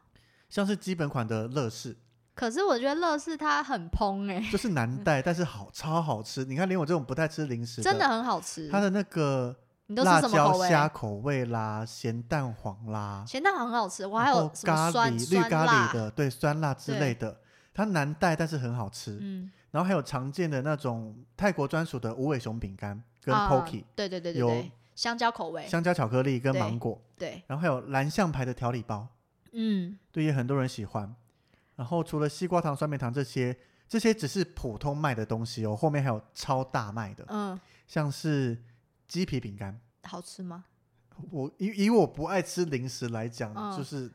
像是基本款的乐 事，可是我觉得乐事它很蓬哎、就是难带，但是好超好吃。你看，连我这种不太吃零食真的的，很好吃。它的那个你都吃辣什么椒口味？虾口味啦，咸蛋黄啦，咸蛋很好吃，我还然后有什咖么酸喱绿酸咖喱辣，的，对酸辣之对类的，它难带但是很好吃。嗯，然后还有常见的那种泰国专属的无尾熊饼干跟啊 Pocky，、对对对对有对，香蕉口味，香蕉巧克力跟对芒果，对，然后还有蓝象牌的调理包，嗯，对，也很多人喜欢。然后除了西瓜糖、酸梅糖这些，这些只是普通卖的东西哦，后面还有超大卖的，嗯，像是鸡皮饼干。好吃吗？我以以我不爱吃零食来讲，嗯就是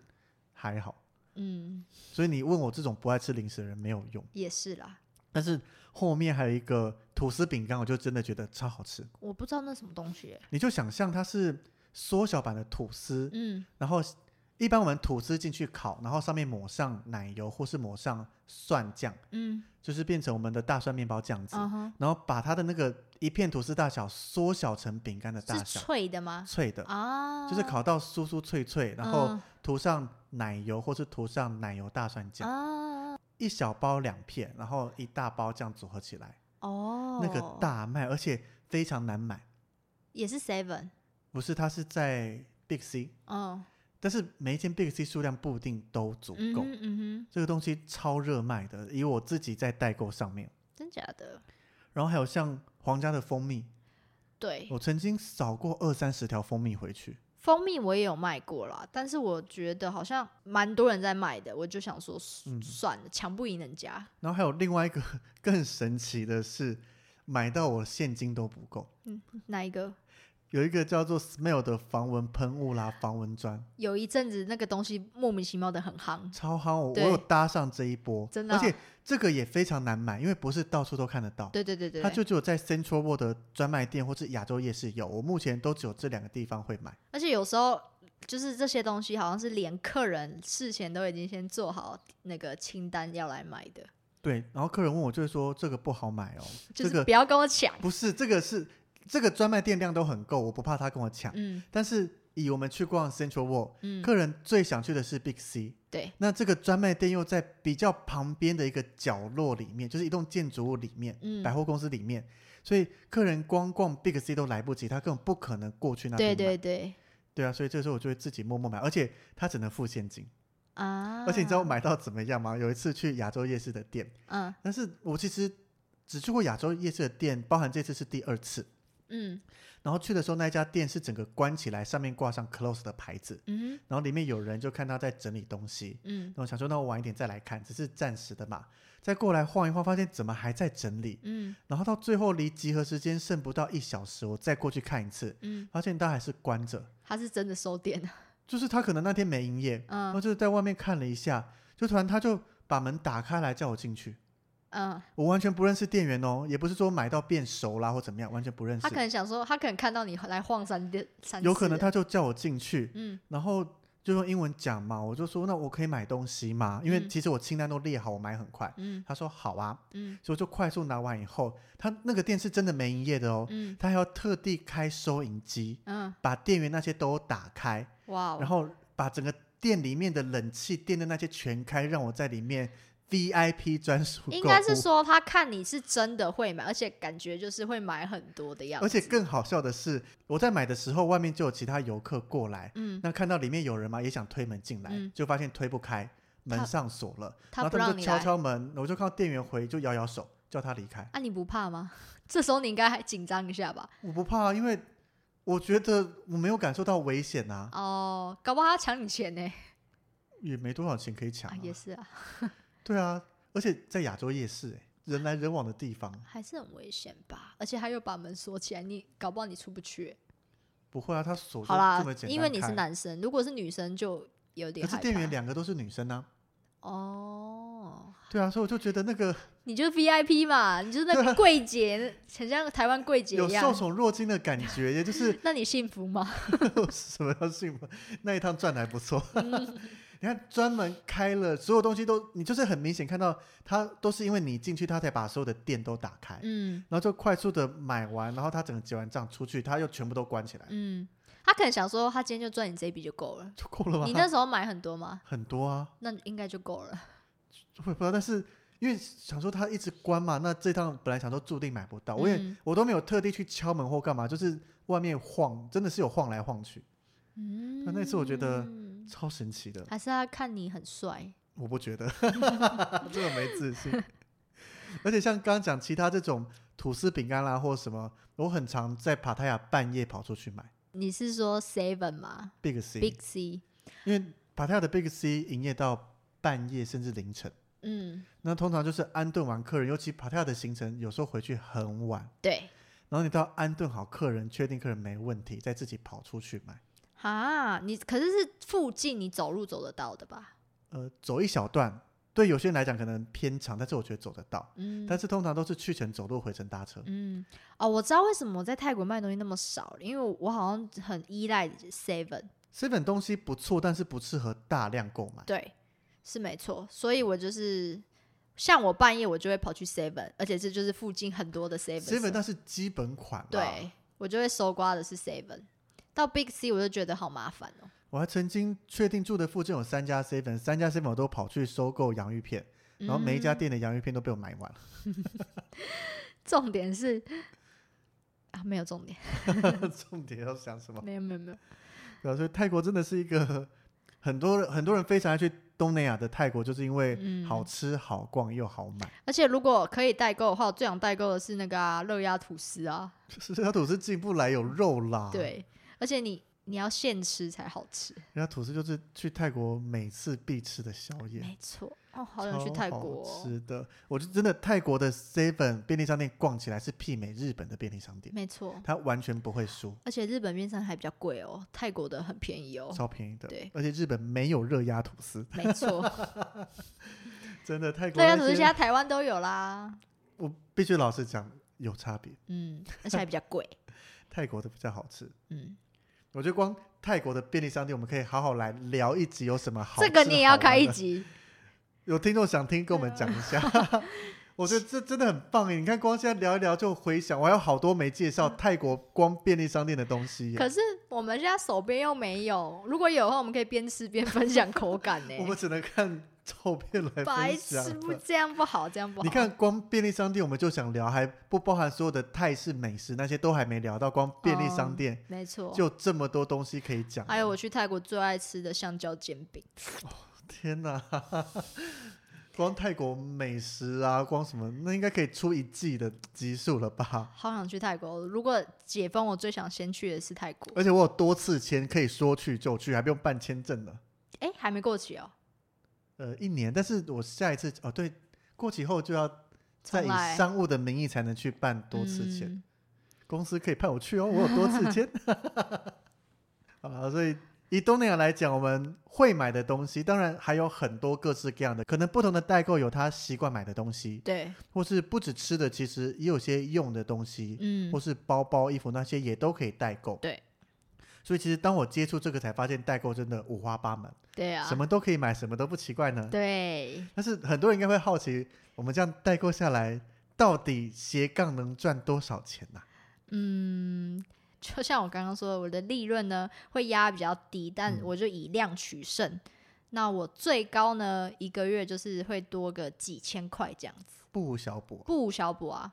还好。嗯，所以你问我这种不爱吃零食的人没有用。也是啦，但是后面还有一个吐司饼干，我就真的觉得超好吃。我不知道那什么东西欸、你就想象它是缩小版的吐司，嗯然后一般我们吐司进去烤，然后上面抹上奶油或是抹上蒜酱，嗯就是变成我们的大蒜面包酱子，嗯哼，然后把它的那个一片吐司大小缩小成饼干的大是小，脆的吗？脆的，啊，就是烤到酥酥脆脆，然后嗯涂上奶油或是涂上奶油大蒜酱，啊一小包两片，然后一大包这样组合起来，哦，那个大卖，而且非常难买，也是 seven，不是它是在 Big C，嗯，但是每一间 Big C 数量不一定都足嗯够。哼嗯这个东西超热卖的，以我自己在代购上面，哼，真假的？然后还有像皇家的蜂蜜，对，我曾经扫过二三十条蜂蜜回去，蜂蜜我也有卖过啦，但是我觉得好像蛮多人在卖的，我就想说嗯算了，抢不赢人家。然后还有另外一个 更神奇的是，买到我现金都不够。哪一个？有一个叫做 Smell 的防蚊喷雾啦，防蚊砖有一阵子那个东西莫名其妙的很夯，超夯，哦我我对有搭上这一波，真的而啊且这个也非常难买，因为不是到处都看得到，对对对对，它对就只有在 Central World 的专卖店或是亚洲夜市有，我目前都只有这两个地方会买。而且有时候就是这些东西好像是连客人事前都已经先做好那个清单要来买的，对，然后客人问我就会说这个不好买哦，就这是个不要跟我抢。不是这个是这个专卖店量都很够，我不怕他跟我抢。嗯但是以我们去逛 Central World，、嗯，客人最想去的是 Big C，对，那这个专卖店又在比较旁边的一个角落里面，就是一栋建筑物里面，嗯百货公司里面，所以客人光逛 Big C 都来不及，他根本不可能过去那边对买。对对对啊，所以这时候我就会自己默默买，而且他只能付现金。啊！而且你知道我，买到怎么样吗？有一次去亚洲夜市的店，嗯但是我其实只去过亚洲夜市的店，包含这次是第二次。嗯然后去的时候，那一家店是整个关起来，上面挂上 close 的牌子，嗯然后里面有人就看他在整理东西，嗯那我想说，那我晚一点再来看，只是暂时的嘛。再过来晃一晃，发现怎么还在整理，嗯然后到最后离集合时间剩不到一小时，我再过去看一次，嗯，发现它还是关着，他是真的收店了，就是他可能那天没营业，然后嗯就是在外面看了一下，就突然他就把门打开来叫我进去，嗯，我完全不认识店员哦，也不是说买到变熟啦或怎么样，完全不认识他可，能想说，他可能看到你来晃三店三次了，有可能他就叫我进去，嗯然后就用英文讲嘛，我就说那我可以买东西吗？因为嗯其实我清单都列好，我买很快，嗯他说好啊，嗯所以我就快速拿完以后，他那个店是真的没营业的哦，嗯他还要特地开收银机，嗯，把店员那些都打开，哇然哦，后把整个店里面的冷气、电的那些全开，让我在里面 VIP 专属购物。应该是说他看你是真的会买，而且感觉就是会买很多的样子，而且更好笑的是，我在买的时候，外面就有其他游客过来，嗯，那看到里面有人嘛，也想推门进来，嗯就发现推不开，门他上锁了，然他后不他们让就你敲来，敲门，我就看到店员回，就摇摇手叫他离开。啊，你不怕吗？ 这时候你应该还紧张一下吧？我不怕，啊因为我觉得我没有感受到危险啊，哦，搞不好他抢你钱呢、也没多少钱可以抢、啊啊。也是啊，对啊，而且在亚洲夜市、欸，人来人往的地方，还是很危险吧？而且他又把门锁起来，你搞不好你出不去欸、不会啊，他锁就好啦这么简，单因为你是开，男生，如果是女生就有点可害是怕。店员两个都是女生啊。哦，对啊，所以我就觉得那 个你就是 VIP 嘛，你就是那 个柜姐，很像台湾柜姐有一受样。宠若惊的感觉，也就是 那你幸福吗？什么叫幸福？那一趟赚的还不 错。嗯 你看，专门开了所有东西都，你就是很明显看到他都是因为你进去，他才把所有的店都打开。嗯然后就快速的买完，然后他整个结完账出去，他又全部都关起来，嗯，他可能想说，他今天就赚你这一笔就够了。就够了吗？你那时候买很多吗？很多啊，那应该就够了。我也不知道，但是因为想说他一直关嘛，那这趟本来想说注定买不到，我也、嗯我都没有特地去敲门或干嘛，就是外面晃，真的是有晃来晃去，嗯啊那那次我觉得超神奇 的，还是他看你很帅。我不觉得， 这个没自信。而且像刚刚讲其他这种吐司饼干啦或什么，我很常在帕塔亚半夜跑出去买你是说 Seven 吗 Big C， ？Big C，因为帕塔亚的 Big C 营业到半夜甚至凌晨。嗯，那通常就是安顿完客人，尤其帕塔的行程，有时候回去很晚，对，然后你到安顿好客人，确定客人没问题，再自己跑出去买。哈，你可是是附近你走路走得到的吧？呃，走一小段，对有些人来讲可能偏长，但是我觉得走得到。嗯，但是通常都是去程走路，回程搭车。嗯，哦，我知道为什么我在泰国卖东西那么少，因为我我好像很依赖 Seven， seven 东西不错，但是不适合大量购买。对，是没错，所以我就是像我半夜我就会跑去 Seven，而且这就是附近很多的 Seven， seven 那是基本款啦，对我就会搜刮的是 Seven，到 Big C 我就觉得好麻烦哦，我还曾经确定住的附近有三家 seven，三家 seven 我都跑去收购洋芋片，然后每一家嗯店的洋芋片都被我买完了。重点是啊没有重点， 重点要想什么？没有没有没有，对啊，所以泰国真的是一个很多人很多人非常爱去东南亚的泰国，就是因为嗯好吃、好逛又好买。 而且如果可以代购的话，我最想代购的是那个啊热压吐司啊，就是人家吐司进不来有肉啦，，对，而且你你要现吃才好吃。人家吐司就是去泰国每次必吃的宵夜。没错，哦，好想去超泰好国哦、吃的，我就真的泰国的 Seven 便利商店逛起来是媲美日本的便利商店，没错，它完全不会输，而且日本面上还比较贵哦，泰国的很便宜哦。超便宜的。对而且日本没有热压吐司，没错，真的泰国对啊，那可些是现在台湾都有啦。我必须老实讲有差别，嗯，而且还比较贵。泰国的比较好吃。嗯，我觉得光泰国的便利商店，我们可以好好来聊一集有什么好。这个你也要开一集。集。有听众想听，跟我们讲一 下。我觉得这真的很棒耶！你看，光现在聊一聊就回想，我还有好多没介绍泰国光便利商店的东西耶。可是我们现在手边又没有，如果有的话，我们可以边吃边分享口感呢、我们只能看照片来白分享痴不了。这样不好，这样不好。你看，光便利商店我们就想聊，还不包含所有的泰式美食那些都还没聊到，光便利商店没错。就这么多东西可以讲。还有我去泰国最爱吃的香蕉煎饼，天哪！ 光泰国美食啊，光什么那应该可以出一季的集数了吧？好想去泰国哦。如果解封，我最想先去的是泰国。而且我有多次签，可以说去就去，还不用办签证呢。哎、还没过期哦，呃，一年，但是我下一次哦，对，过期后就要再重来以商务的名义才能去办多次签。嗯公司可以派我 去哦，我有多次签。 好了，所以以东南亚来讲，我们会买的东西，当然还有很多各式各样的，可能不同的代购有他习惯买的东西，对，或是不止吃的，其实也有些用的东西，嗯或，是包包、衣服那些也都可以代购。对。所以其实当我接触这个，才发现代购真的五花八门，对啊，什么都可以买，什么都不奇怪呢。对，但是很多人应该会好奇，我们这样代购下来，到底斜杠能赚多少钱呐、嗯，就像我刚刚说的，我的利润呢会压比较低，但嗯我就以量取胜。那我最高呢，一个月就是会多个几千块这样子，不无小补啊、不无小补啊。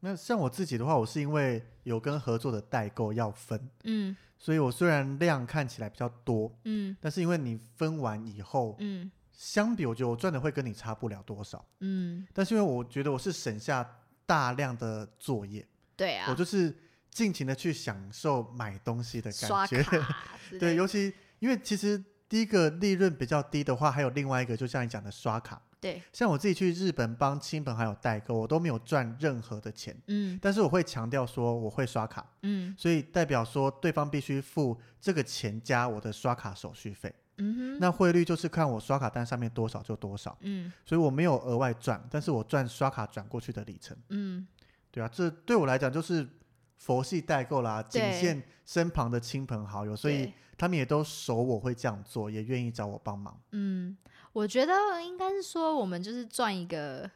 那像我自己的话，我是因为有跟合作的代购要分，嗯所以我虽然量看起来比较多，嗯但是因为你分完以后，嗯相比我觉得我赚的会跟你差不了多少，嗯，但是因为我觉得我是省下大量的作业，对我啊，就是尽情的去享受买东西的刷感觉。卡之 对，类的，尤其因为其实第一个利润比较低的话，还有另外一个，就像你讲的刷卡。对，像我自己去日本帮亲朋好友代购，我都没有赚任何的钱，嗯但是我会强调说我会刷卡，嗯所以代表说对方必须付这个钱加我的刷卡手续费。嗯哼，那汇率就是看我刷卡单上面多少就多少，嗯所以我没有额外赚，但是我赚刷卡转过去的里程。嗯，对啊，这对我来讲就是佛系代购啦，仅对限身旁的亲朋好友，所以对他们也都熟我会这样做，也愿意找我帮忙。嗯，我觉得应该是说，我们就是赚一个，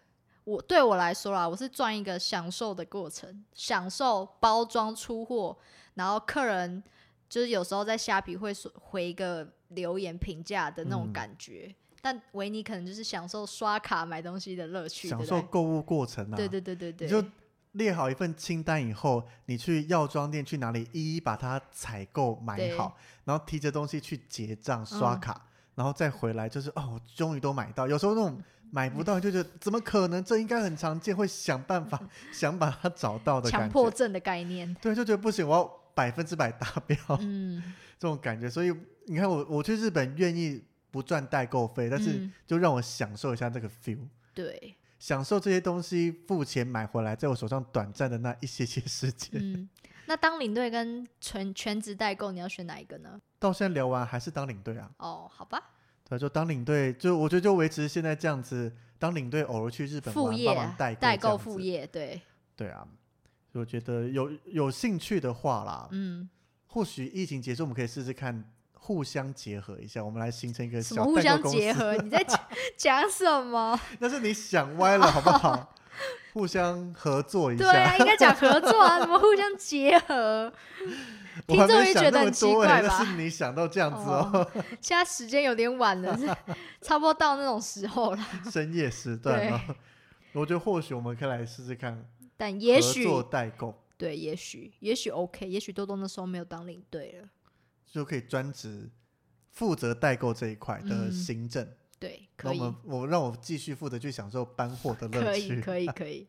我对我来说啦，我是赚一个享受的过程，享受包装出货，然后客人就是有时候在虾皮会说回一个留言评价的那种嗯感觉，但维尼可能就是享受刷卡买东西的乐趣，享对不受购物过程啊。对？对对对对你对就，列好一份清单以后，你去药妆店去哪里一一把它采购买对好，然后提着东西去结账刷嗯卡，然后再回来就是哦，我终于都买到。有时候那种买不到就觉得怎么可能？这应该很常见，会想办法 想把它找到的强感迫觉。症的 概念，对，就觉得不行，我要百分之百达标、嗯，这种感觉。所以你看我，我去日本愿意不赚代购费，但是嗯就让我享受一下这个 feel。对，享受这些东西，付钱买回来，在我手上短暂的那一些些时间， 嗯，那当领队跟全全职代购，你要选哪一个呢？到现在聊完还是当领队啊，哦，好吧，对对，啊就当领队，就我觉得就维持现在这样子，当领队偶尔去日本副玩业啊帮忙代代购这购样副子业，对，对啊，我觉得有有兴趣的话啦，嗯，或许疫情结束，我们可以试试看互相结合一下，我们来形成一个什小么互代购相公结司，合？你在 讲讲什么？但是你想歪了好不 好？互相合作一对下，啊，应该讲合作啊，怎么互相结合？我还听众没也想觉那得么很奇多、欸，怪但吧是你想到这样子哦，哦现在时间有点晚了，是 差不多到那种时候了。 深夜时段哦，我觉得或许我们可以来试试看但也合许作代购，对，也许也许 OK，也许多多那时候没有当领队了。就可以专职负责代购这一块的嗯行政。对，那可我以们，我让我继续负责去享受搬货的乐可趣。以，可以，可以。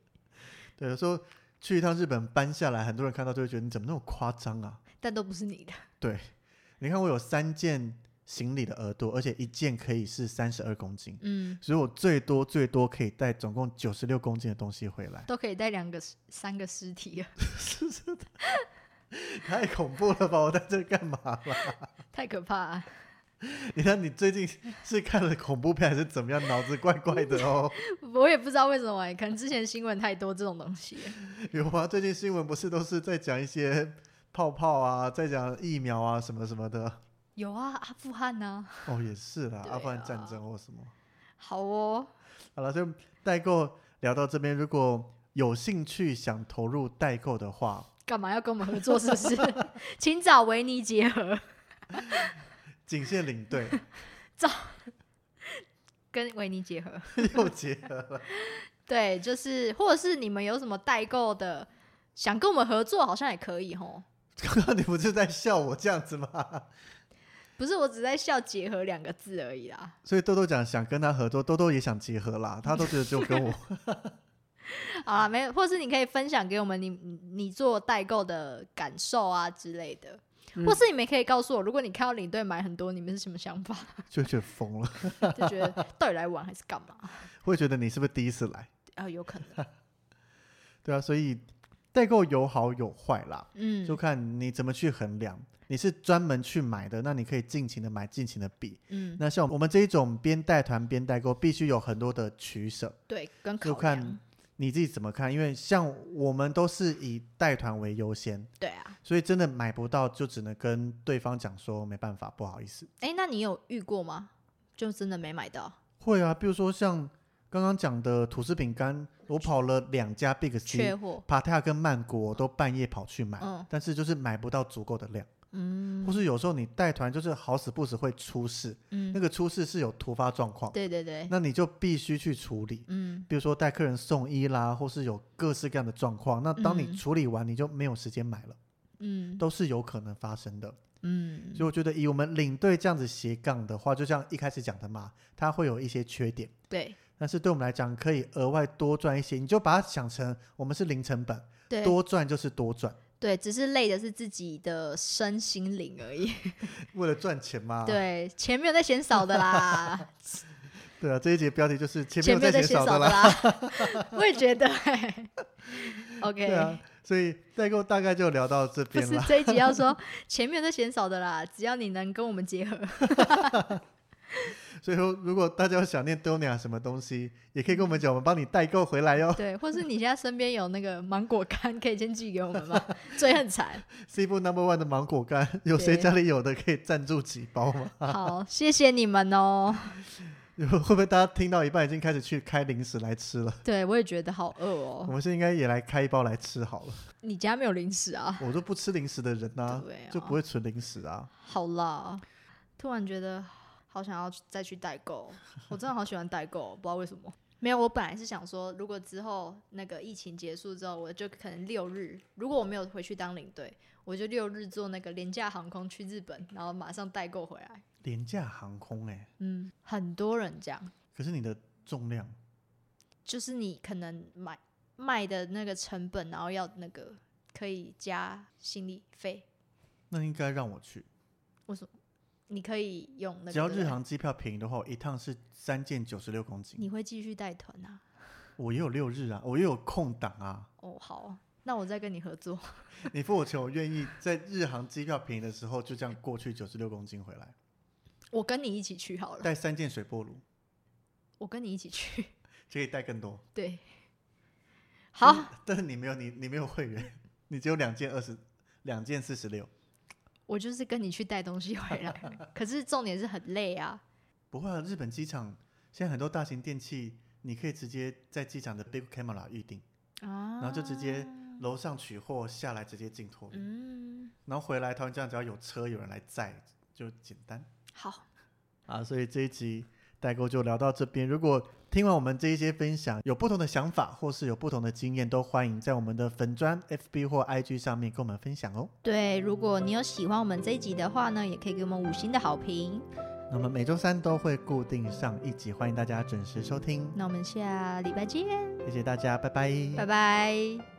对，有时候去一趟日本搬下来，很多人看到就会觉得你怎么那么夸张啊？但都不 是你的，对，你看我有三件行李的额度，而且一件可以是三十二公斤，嗯，所以我最多最多可以带总共九十六公斤的东西回来， 都可以带两个尸、三个尸体了，太恐怖了吧！我在这干嘛啦？ 太可怕了。 你看你最近是看了恐怖片还是怎么样？脑子怪怪的哦。 我也不知道为什么、欸，可能之前新闻太多这种东西了。有啊，最近新闻不是都是在讲一些泡泡啊，在讲疫苗啊什么什么的。有啊，阿富汗呐、哦，也是啦，对阿富汗啊战争或什么。好哦，好了，就代购聊到这边，如果有兴趣想投入代购的话，干嘛要跟我们合作？是不 是？请找维尼结合，仅限领队 跟维尼结合。又结合了。 对，就是或者是你们有什么代购的，想跟我们合作，好像也可以吼。刚刚你不是在笑我这样子吗？不是，我只在笑“结合”两个字而已啦。所以豆豆讲想跟他合作，豆豆也想结合啦，他都觉得只有跟我。 好啦，没有，或是你可以分享给我们你你你做代购的感受啊之类的，嗯或是你们也可以告诉我，如果你看到领队买很多，你们是什么 想法？就觉得疯了， 就觉得到底来玩还是干嘛？会觉得你是不是第一次来？啊，有可能，对啊，所以代购有好有坏啦，嗯就看你怎么去衡量。你是专门去买的，那你可以尽情的买，尽情的比。嗯，那像我们这一种边带团边代购，必须有很多的取舍。对，跟考就看量，你自己怎么看，因为像我们都是以带团为优先，对啊。所以真的买不到就只能跟对方讲说没办法，不好意思。哎，那你有遇过吗？就真的没买到，会啊，比如说像刚刚讲的吐司饼干，我跑了两家 Big 缺 C、货，帕塔跟曼谷，我都半夜跑去买，嗯但是就是买不到足够的量，嗯或是有时候你带团就是好死不死会出事，那嗯，个出事是有突发状况，对对对，那你就必须去处理。嗯，比如说带客人送医啦，或是有各式各样的状况，那当你嗯处理完，你就没有时间买了，嗯都是有可能发生的。嗯，所以我觉得以我们领队这样子斜杠的话，就像一开始讲的嘛，它会有一些缺点，对但是对我们来讲可以额外多赚一些，你就把它想成我们是零成本，对多赚就是多 赚，对，只是累的是自己的身心灵而已。为了赚钱嘛。对，钱没有在嫌少的啦，对啊，这一节标题就是前钱面没有在 在钱嫌少少的 的啦。啦。我也 觉得、欸、对，OK，啊，所以代购大概就聊到这不边是了。这一集要说钱没有在嫌少的啦，只要你能跟我们结合，哦 所以说，如果大家有想念 Donia 什么东西，也可以跟我们讲，我们帮你代购回来哦哟。对，或是你现在身边有那个芒果干，可以先寄给我们吗？ 嘴很 馋。 C 部 Number One 的芒果干， 有谁对家里有的可以赞助几包吗？ 好，谢谢你们哦。会不会大家听到一半已经开始去开零食来吃了？对，我也觉得好饿我哦。们现在应该也来开一包来吃好了。你家没有零食啊？我就不吃零食的人呐、对啊，就不会存零食啊。好啦，突然觉得好想要去再去代购，我真的好喜欢代购，哦不知道为什么。没有，我本来是想说，如果之后那个疫情结束之后，我就可能六日，如果我没有回去当领队，我就六日坐那个廉价航空去日本，然后马上代购回来。廉价航空哎、嗯，很多人这样，可是你的重量就是你可能买卖的那个成本，然后要那个可以加行李费，那应该让我去，你可以用那个。只要对不日对航机票便宜的话，我一趟是三件九十六公斤，你会继续带团啊？我也有六日啊，我也有空档啊。哦，好，那我再跟你合作。你付我钱，我愿意在日航机票便宜的时候就这样过去九十六公斤回来。我跟你一起去好了，带三件水波炉，我跟你一起去。就可以带更多。 对，好，但是，但是你没有你你没有会员， 你只有两件二十，两件四十六。我就是跟你去带东西 回来。可是重点是很累啊。不会啊，日本机场现在很多大型电器，你可以直接在机场的 Big Camera 预定，啊，然后就直接楼上取货，下来直接进托运，嗯，然后回来台湾这样只要有车有人来载就简单好，啊。所以这一集代购就聊到这边。如果听完我们这一些分享，有不同的想法或是有不同的经验，都欢迎在我们的粉砖 FB 或 IG 上面跟我们分享哦。对，如果你有喜欢我们这一集的话呢，也可以给我们五星的好评。那么每周三都会固定上一集，欢迎大家准时收听。那我们下礼拜见，谢谢大家，拜拜。拜拜。